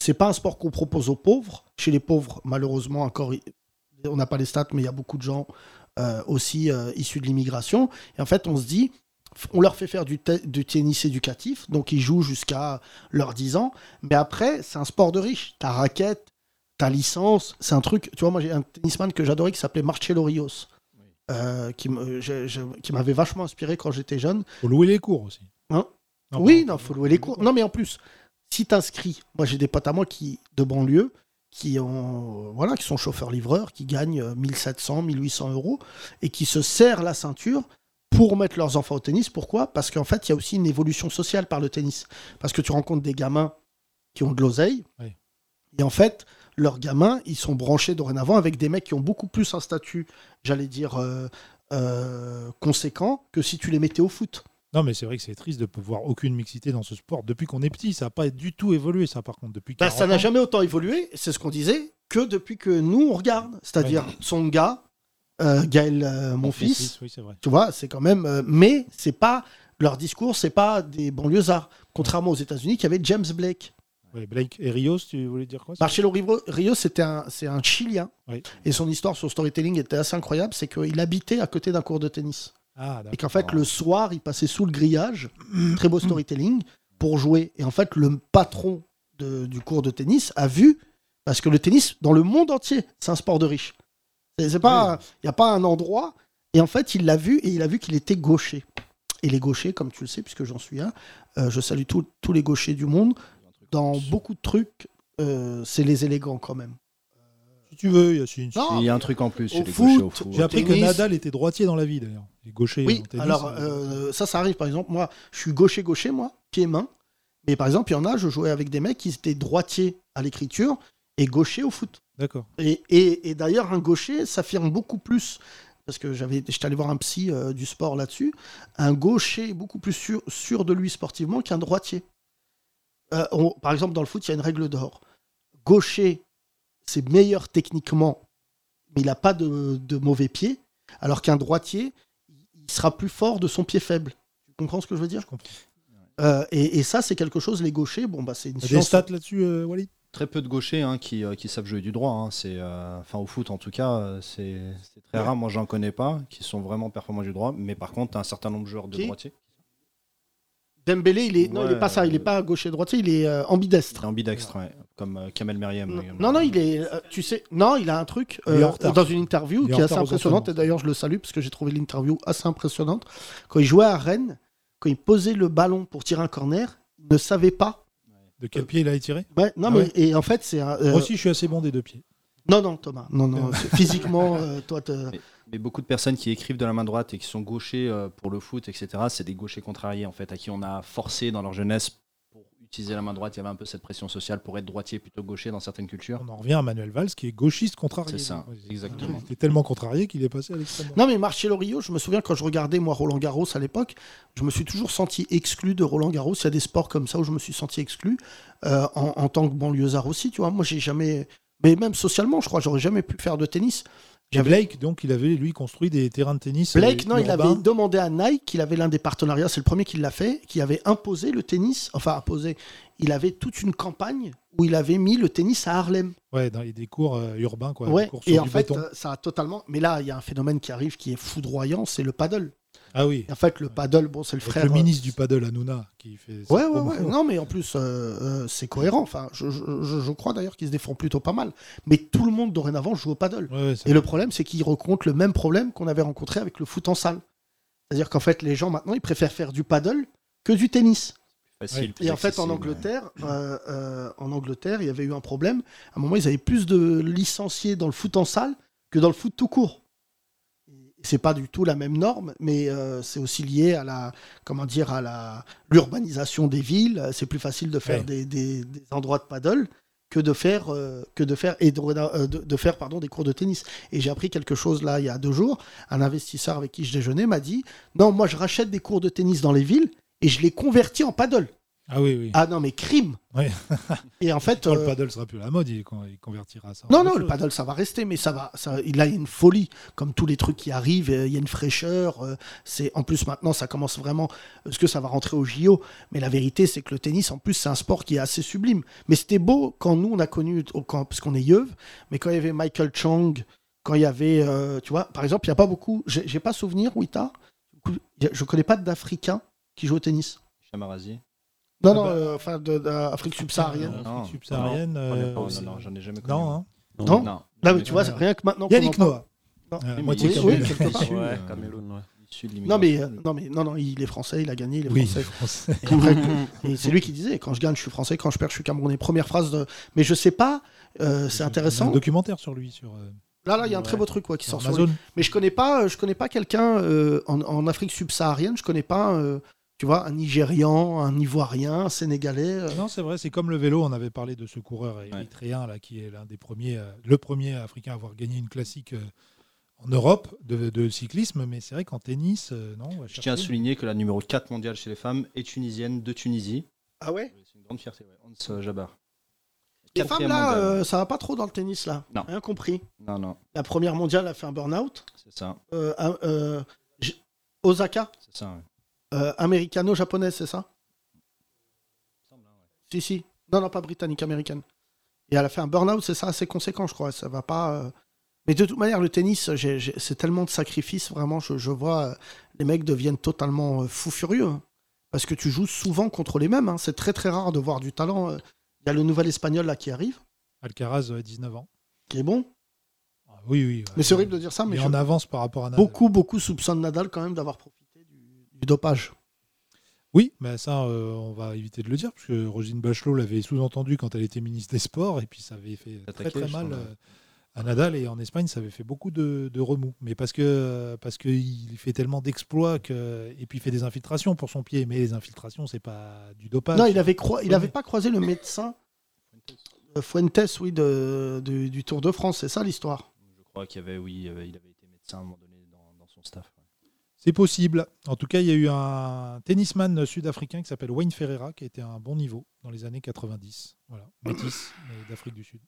c'est pas un sport qu'on propose aux pauvres. Chez les pauvres, malheureusement, encore, i- on n'a pas les stats, mais il y a beaucoup de gens euh, aussi euh, issus de l'immigration. Et en fait, on se dit, f- on leur fait faire du, te- du tennis éducatif, donc ils jouent jusqu'à leurs 10 ans, mais après, c'est un sport de riche. Ta raquette, ta licence, c'est un truc. Tu vois, moi, j'ai un tennisman que j'adorais qui s'appelait Marcelo Rios. euh, qui me- je- je- qui m'avait vachement inspiré quand j'étais jeune Faut louer les cours aussi. Hein oui, pardon, non, faut louer les cours. Non, mais en plus, si t'inscris, moi j'ai des potes à moi qui de banlieue qui ont voilà qui sont chauffeurs livreurs qui gagnent euh, 1700 1800 euros et qui se serrent la ceinture pour mettre leurs enfants au tennis pourquoi parce qu'en fait il y a aussi une évolution sociale par le tennis parce que tu rencontres des gamins qui ont de l'oseille Oui. et en fait leurs gamins ils sont branchés dorénavant avec des mecs qui ont beaucoup plus un statut j'allais dire euh, euh, conséquent que si tu les mettais au foot Non, mais c'est vrai que c'est triste de ne voir aucune mixité dans ce sport. Depuis qu'on est petit, ça n'a pas du tout évolué, ça, par contre. Depuis Bah, 40 ça n'a ans. jamais autant évolué, c'est ce qu'on disait, que depuis que nous, on regarde. C'est-à-dire son gars, euh, Gaël, euh, mon fils, Oui, c'est vrai. tu vois, c'est quand même... euh, mais c'est pas... Leur discours, c'est pas des banlieusards. Contrairement aux États-Unis, qui avait James Blake. Ouais, Blake et Rios, tu voulais dire quoi ça Marcelo Rivo- Rio, c'était un, c'est un Chilien. Oui. Et son histoire sur storytelling était assez incroyable. C'est qu'il habitait à côté d'un cours de tennis. Ah, Et d'accord. qu'en fait, le soir, il passait sous le grillage, très beau storytelling, pour jouer. Et en fait, le patron de- du cours de tennis a vu, parce que le tennis, dans le monde entier, c'est un sport de riche. Il n'y a pas un endroit. Et en fait, il l'a vu, et il a vu qu'il était gaucher. Et les gauchers, comme tu le sais, puisque j'en suis un, euh, je salue tous- tous les gauchers du monde. Dans beaucoup de trucs, euh, c'est les élégants quand même. Si tu veux, Yacine. si Non, Il y a un truc en plus Ah. au chez les gauchers au foot, foot. J'ai appris que tennis. Nadal était droitier dans la vie d'ailleurs. Il est gaucher. Oui, en tennis, alors mais- euh, ça, ça arrive par exemple. Moi, je suis gaucher-gaucher, moi, pied-main. Mais par exemple, il y en a, je jouais avec des mecs qui étaient droitiers à l'écriture et gauchers au foot. D'accord. Et, et- et d'ailleurs, un gaucher s'affirme beaucoup plus parce que j'avais, j'étais allé voir un psy euh, du sport là-dessus, un gaucher est beaucoup plus sûr, sûr de lui sportivement qu'un droitier. Euh, on- par exemple, dans le foot, il y a une règle d'or. Gaucher, c'est meilleur techniquement, mais il n'a pas de, de mauvais pied, alors qu'un droitier, il sera plus fort de son pied faible. Tu comprends ce que je veux dire Je comprends. Euh, et, et ça, c'est quelque chose, les gauchers, bon, bah, c'est une T'as des science. stats là-dessus, euh, Walid Très peu de gauchers hein, qui, euh, qui savent jouer du droit. hein. C'est, euh, enfin, au foot, en tout cas, euh, c'est c'est très rare. Moi, j'en connais pas qui sont vraiment performants du droit. Mais par contre, t'as un certain nombre de joueurs de Qui droitier. Dembélé, il est, non, il est Ouais, pas ça, il est euh, pas gaucher-droitier, il est euh, ambidestre. C'est ambidextre, ouais, comme euh, Kamel Meriem. Non, également. non, non, il est. euh, Tu sais, non, il a un truc Il est euh, en retard. dans une interview Il est qui est en assez retard aux impressionnante. Et entraînements. d'ailleurs, je le salue parce que j'ai trouvé l'interview assez impressionnante. Quand il jouait à Rennes, quand il posait le ballon pour tirer un corner, il ne savait pas. De quel pied il a étiré Ouais, non, Ah mais ouais. et en fait, c'est. un, euh, Moi aussi, je suis assez bon des deux pieds. non, non, Thomas. Non, non. c'est- physiquement, euh, toi, (laughs) te- Mais beaucoup de personnes qui écrivent de la main droite et qui sont gauchers euh, pour le foot, etc., c'est des gauchers contrariés, en fait, à qui on a forcé dans leur jeunesse pour utiliser la main droite. Il y avait un peu cette pression sociale pour être droitier plutôt que gaucher dans certaines cultures. On en revient à Manuel Valls qui est gauchiste contrarié. C'est ça, exactement. Il était tellement contrarié qu'il est passé à l'extrême. droite. Non, mais Marcelo Rio, je me souviens quand je regardais moi Roland Garros à l'époque, je me suis toujours senti exclu de Roland Garros. Il y a des sports comme ça où je me suis senti exclu euh, en, en tant que banlieusard aussi, tu vois. Moi, j'ai jamais, mais même socialement, je crois, j'aurais jamais pu faire de tennis. Et Blake, donc, il avait lui construit des terrains de tennis. Blake, euh, non, il urbains. avait demandé à Nike, il avait l'un des partenariats, c'est le premier qui l'a fait, qui avait imposé le tennis, enfin imposé, il avait toute une campagne où il avait mis le tennis à Harlem. Ouais, dans les- des cours euh, urbains, quoi. ouais, des cours sur et en du fait, béton. euh, ça a totalement. Mais là, il y a un phénomène qui arrive qui est foudroyant, c'est le paddle. ah oui. Et en fait, le paddle, bon, c'est le Avec frère. le euh, ministre du paddle, Oh, Hanouna, qui fait. sa Ouais, ouais, promo. ouais. Non, mais en plus, euh, euh, c'est cohérent. Enfin, je, je- je- je crois d'ailleurs qu'ils se défendent plutôt pas mal. Mais tout le monde dorénavant joue au paddle. Ouais, ouais, ça- Et le problème, c'est qu'ils rencontrent le même problème qu'on avait rencontré avec le foot en salle. C'est-à-dire qu'en fait, les gens maintenant, ils préfèrent faire du paddle que du tennis. Facile, Ouais. plus Et en fait, en accessible. Angleterre, euh, euh, en Angleterre, il y avait eu un problème. À un moment, ils avaient plus de licenciés dans le foot en salle que dans le foot tout court. C'est pas du tout la même norme, mais euh, c'est aussi lié à la, comment dire, à la l'urbanisation des villes. C'est plus facile de faire Ouais. des, des- des endroits de paddle que de faire euh, que de faire et de, euh, de- de faire pardon des cours de tennis. Et j'ai appris quelque chose là il y a deux jours. Un investisseur avec qui je déjeunais m'a dit non, moi je rachète des cours de tennis dans les villes et je les convertis en paddle. Ah oui, oui. Ah non, mais crime Ouais. Et en (laughs) fait. Quand euh, le paddle sera plus à la mode, il, con- il convertira ça. en non, autre non, le chose. paddle, ça va rester, mais ça va. Ça, il a une folie, comme tous les trucs qui arrivent. euh, Il y a une fraîcheur. euh, C'est en plus maintenant, ça commence vraiment. Parce que ça va rentrer au JO. Mais la vérité, c'est que le tennis, en plus, c'est un sport qui est assez sublime. Mais c'était beau quand nous on a connu, au- quand, parce qu'on est yeuve. Mais quand il y avait Michael Chang, quand il y avait, euh, tu vois, par exemple, il n'y a pas beaucoup. J'ai j'ai pas souvenir, Wita. Je- Je connais pas d'Africains qui jouent au tennis. Chamarasi. Non, Ah non, bah. euh, enfin, de- d'Afrique subsaharienne. Afrique Non, Euh, subsaharienne, non, non, euh, Oh, non, c'est- non, non, j'en ai jamais connu. Non, hein. Non. non. Là, mais tu vois, Ouais. rien que maintenant. qu'on Yannick en parle- Noah. Non. Euh, Oui, moitié mais- Cameroun. oui, quelque part. Issu, euh, Ouais, Cameroun, ouais. issu de l'immigration. Non mais, euh, non, mais non, non, il est français, il a gagné, il est Oui, (laughs) français. (laughs) français. Après, et c'est lui qui disait quand je gagne, je suis français, quand je perds, je suis camerounais. Première phrase de. Mais je sais pas, euh, c'est On a intéressant. Un documentaire sur lui, sur, euh, Là, là, il y a un Ouais. très beau truc quoi, qui sur sort sur lui. Amazon. Mais je connais pas, euh, je connais pas quelqu'un euh, en, en Afrique subsaharienne, je connais pas, euh, tu vois, un Nigérian, un Ivoirien, un Sénégalais. euh. Non, c'est vrai, c'est comme le vélo. On avait parlé de ce coureur érythréen là, qui est l'un des premiers, euh, le premier africain à avoir gagné une classique euh, en Europe de, de cyclisme. Mais c'est vrai qu'en tennis, euh, non. on va Je tiens à chercher. souligner que la numéro 4 mondiale chez les femmes est tunisienne de Tunisie. Ah ouais C'est une grande fierté, ouais. Hans euh, Jabbar. Les femmes Quatrième là, mondiale. euh, ça va pas trop dans le tennis là. Non. Rien compris. Non, non, La première mondiale a fait un burn-out. c'est ça. Euh, un- euh, j- Osaka, C'est ça, ouais. euh, américano-japonaise, c'est ça Il me semble, hein, ouais. Si, si. Non, non, pas britannique, américaine. Et elle a fait un burn-out, c'est ça, assez conséquent, je crois. Ça va pas. euh. Mais de toute manière, le tennis, j'ai- j'ai- c'est tellement de sacrifices, vraiment. Je, je vois, euh, les mecs deviennent totalement euh, fous furieux. hein. parce que tu joues souvent contre les mêmes. hein. C'est très, très rare de voir du talent. euh. Il y a le nouvel espagnol, là, qui arrive, Alcaraz euh, 19 ans. qui est bon. Ah, oui, oui. Mais c'est euh, horrible de dire ça, mais mais je- en avance par rapport à Nadal. beaucoup, beaucoup soupçonnent Nadal quand même d'avoir profité du, du dopage. Oui, mais ça, euh, on va éviter de le dire, parce que Rosine Bachelot l'avait sous-entendu quand elle était ministre des Sports, et puis ça avait fait très Attaqué, très je mal crois, euh, à Nadal, et en Espagne, ça avait fait beaucoup de, de remous. Mais parce que parce qu'il fait tellement d'exploits, que, et puis il fait des infiltrations pour son pied, mais les infiltrations, c'est pas du dopage. non, il avait, croi- il ouais. avait pas croisé le médecin euh, Fuentes, oui, de- du- du Tour de France. C'est ça l'histoire. Je crois qu'il y avait, oui, il y avait- il avait euh, été médecin à un moment donné dans, staff. C'est possible. En tout cas, il y a eu un tennisman sud-africain qui s'appelle Wayne Ferreira, qui était à un bon niveau dans les années 90. Voilà, métis, mais d'Afrique du Sud.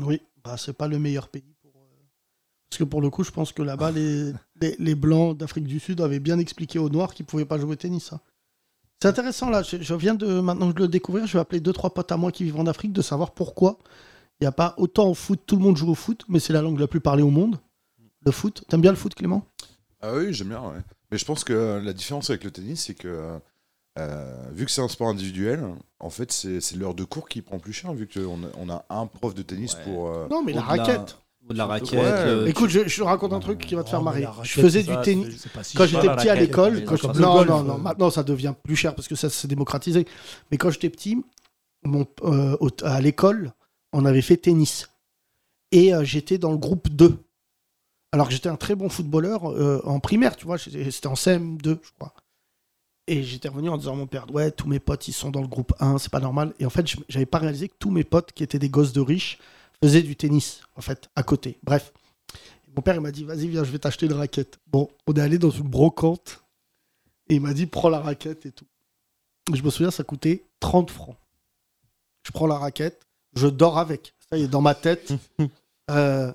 Oui, bah, c'est pas le meilleur pays. Pour, euh, Parce que pour le coup, je pense que (laughs) là-bas, les, les, les Blancs d'Afrique du Sud avaient bien expliqué aux Noirs qu'ils pouvaient pas jouer au tennis. hein. C'est intéressant, là. Je, je viens de, maintenant que je le découvrir, je vais appeler deux, trois potes à moi qui vivent en Afrique de savoir pourquoi il n'y a pas autant au foot. Tout le monde joue au foot, mais c'est la langue la plus parlée au monde. Le foot. T'aimes bien le foot, Clément Ah oui, j'aime bien. ouais. Mais je pense que euh, la différence avec le tennis, c'est que euh, vu que c'est un sport individuel, en fait, c'est c'est l'heure de cours qui prend plus cher, vu qu'on a, on a un prof de tennis Ouais. pour. euh, Non, mais la Au-delà- raquette. Ou de la raquette. Ouais. euh, Écoute, je, je te raconte un truc qui va te faire Oh, mais marrer. la raquette, Je faisais du ça, tennis. c'est- c'est pas si quand cher. j'étais la petit à raquette, l'école, mais quand c'est je- comme non, le golf. non, non, maintenant ça devient plus cher parce que ça s'est démocratisé. Mais quand j'étais petit, mon, euh, au- à l'école, on avait fait tennis. Et euh, j'étais dans le groupe 2. Alors que j'étais un très bon footballeur euh, en primaire, tu vois, j'étais- c'était en CM2, je crois. Et j'étais revenu en disant à mon père, ouais, tous mes potes, ils sont dans le groupe 1, c'est pas normal. Et en fait, je- j'avais pas réalisé que tous mes potes, qui étaient des gosses de riches, faisaient du tennis, en fait, à côté. Bref. Mon père, il m'a dit, vas-y, viens, je vais t'acheter une raquette. Bon, on est allé dans une brocante. Et il m'a dit, prends la raquette et tout. Et Je me souviens, ça coûtait 30 francs. Je prends la raquette, je dors avec. Ça y est, dans ma tête. Euh,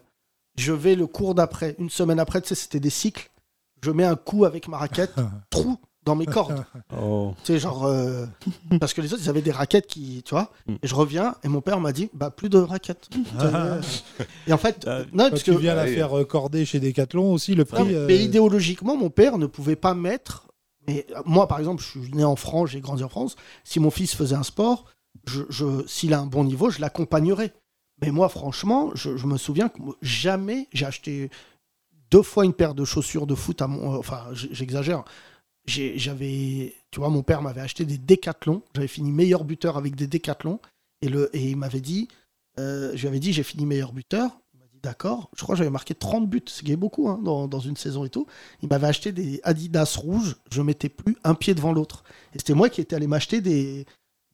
je vais le cours d'après. Une semaine après, tu sais, c'était des cycles. Je mets un coup avec ma raquette, trou dans mes cordes. Oh. Tu sais, genre. euh, parce que les autres, ils avaient des raquettes qui. Tu vois Mm. Et je reviens, et mon père m'a dit, bah, plus de raquettes. et en fait, Ah, non, Quand parce tu que. viens la Ouais. faire euh, corder chez Decathlon aussi, le Non, prix. euh, Mais idéologiquement, mon père ne pouvait pas mettre. Mais euh, moi, par exemple, je suis né en France, j'ai grandi en France. Si mon fils faisait un sport, je, je- s'il a un bon niveau, je l'accompagnerais. Mais moi, franchement, je, je me souviens que moi, jamais j'ai acheté deux fois une paire de chaussures de foot à mon. euh, Enfin, j- j'exagère. J'ai- J'avais, tu vois, mon père m'avait acheté des décathlons. J'avais fini meilleur buteur avec des décathlons. Et, le, et il m'avait dit, euh, je lui avais dit, j'ai fini meilleur buteur. Il m'a dit, d'accord. Je crois que j'avais marqué 30 buts, ce qui est beaucoup hein, dans, dans une saison et tout. Il m'avait acheté des Adidas rouges. Je mettais plus un pied devant l'autre. Et c'était moi qui étais allé m'acheter des,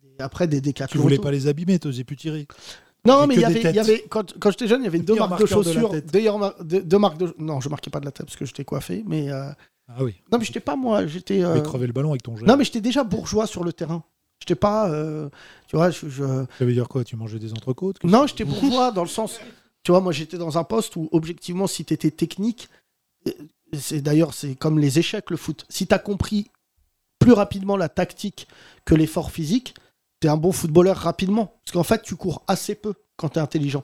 des- après des Tu décathlons. et voulais tout. pas les abîmer, t'osais plus tirer. Non, Et mais que il y des avait, il y têtes. avait quand, quand j'étais jeune, il y avait deux Pire marques de marqueur de la chaussures, tête. deux, mar- deux- deux marques de. Non, je marquais pas de la tête parce que j'étais coiffé, mais euh, Ah oui. non, mais j'étais pas moi, j'étais. euh, Tu crever le ballon avec ton jet. Non, mais j'étais déjà bourgeois sur le terrain. J'étais pas, euh, tu vois, je, je- Ça veut dire quoi Tu mangeais des entrecôtes que- non, j'étais bourgeois dans le sens, tu vois, moi j'étais dans un poste où objectivement, si t'étais technique, euh, c'est d'ailleurs c'est comme les échecs le foot. Si t'as compris plus rapidement la tactique que l'effort physique, t'es un bon footballeur rapidement, parce qu'en fait tu cours assez peu quand t'es intelligent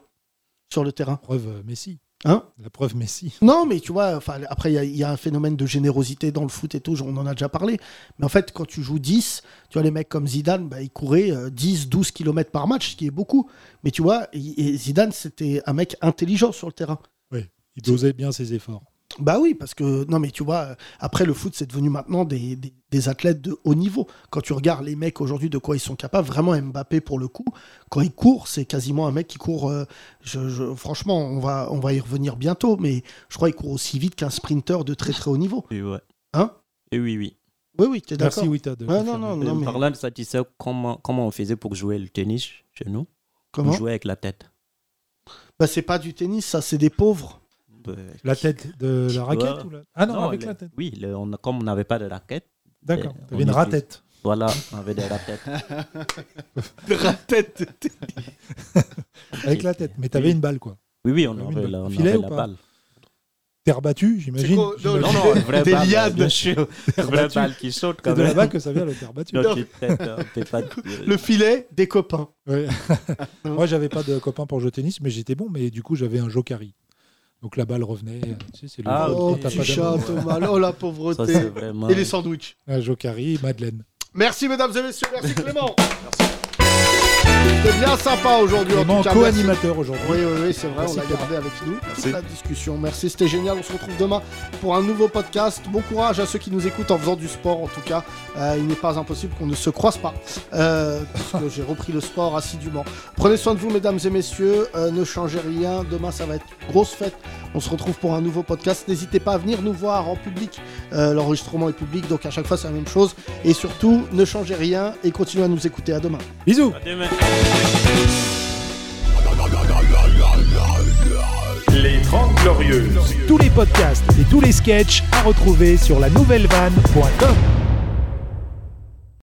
sur le terrain. Preuve euh, Messi. Hein La preuve Messi. Non, mais tu vois, enfin, après, il y a- il y, a un phénomène de générosité dans le foot et tout, on en a déjà parlé. Mais en fait, quand tu joues 10, tu vois, les mecs comme Zidane, bah, ils couraient euh, 10, 12 km par match, ce qui est beaucoup. Mais tu vois, il- et Zidane, c'était un mec intelligent sur le terrain. Il dosait bien ses efforts. Bah oui, parce que, non, mais tu vois, euh, après, le foot, c'est devenu maintenant des, des- des athlètes de haut niveau. Quand tu regardes les mecs aujourd'hui, de quoi ils sont capables, vraiment Mbappé, pour le coup, quand il court, c'est quasiment un mec qui court. euh, je, je- franchement, on va, on va y revenir bientôt, mais je crois qu'il court aussi vite qu'un sprinter de très très haut niveau. Oui, ouais. Hein Et oui, oui. Oui, oui, t'es d'accord. Merci Wita de. Ouais, non, confirmer. non, Et non, mais Parlant de ça, tu sais comment, comment on faisait pour jouer le tennis chez nous comment On jouait avec la tête. Bah, c'est pas du tennis, ça, c'est des pauvres. Euh, La tête de la raquette Ouais. ou la- Ah non, Ah avec le- la tête. Oui, le- on a- comme on n'avait pas de raquette, D'accord. Euh, T'avais on une utilise- ratette. voilà, on avait (laughs) des raquettes. Avec la tête. Mais t'avais Oui. une balle, quoi. Oui, oui, on Une avait balle. la, on Filet avait ou la pas balle. Terre battue, j'imagine. quoi J'imagine. Non, non, une vraie Des balle, liades. bien sûr. Une vraie battue. balle qui saute C'est quand de même. là-bas que ça vient le terre battue. Donc, tu têtes, euh, on peut pas- Le filet, des copains. Ouais. Moi, j'avais pas de copain pour jouer au tennis, mais j'étais bon. Mais du coup, j'avais un jokari. Donc la balle revenait. euh, Tu sais, c'est le Ah, jeu oh, ok. quand t'as petit pas chat, d'amour. Thomas, oh la Ça, c'est pauvreté. vraiment... Et les sandwichs. Un jokari, Ah, Madeleine. Merci, mesdames et messieurs, merci Clément. C'était bien sympa aujourd'hui, en Vraiment tout cas. merci. co-animateur aujourd'hui. Oui, oui, oui, c'est vrai, Merci, on l'a Thomas. gardé avec nous. Merci. La discussion, merci, c'était génial. On se retrouve demain pour un nouveau podcast. Bon courage à ceux qui nous écoutent en faisant du sport, en tout cas. Euh, il n'est pas impossible qu'on ne se croise pas, euh, puisque j'ai repris le sport assidûment. Prenez soin de vous, mesdames et messieurs. Euh, ne changez rien. Demain, ça va être une grosse fête. On se retrouve pour un nouveau podcast. N'hésitez pas à venir nous voir en public. Euh, L'enregistrement est public, donc à chaque fois, c'est la même chose. Et surtout, ne changez rien et continuez à nous écouter. À demain. Bisous. Les 30 Glorieuses. Tous les podcasts et tous les sketchs à retrouver sur la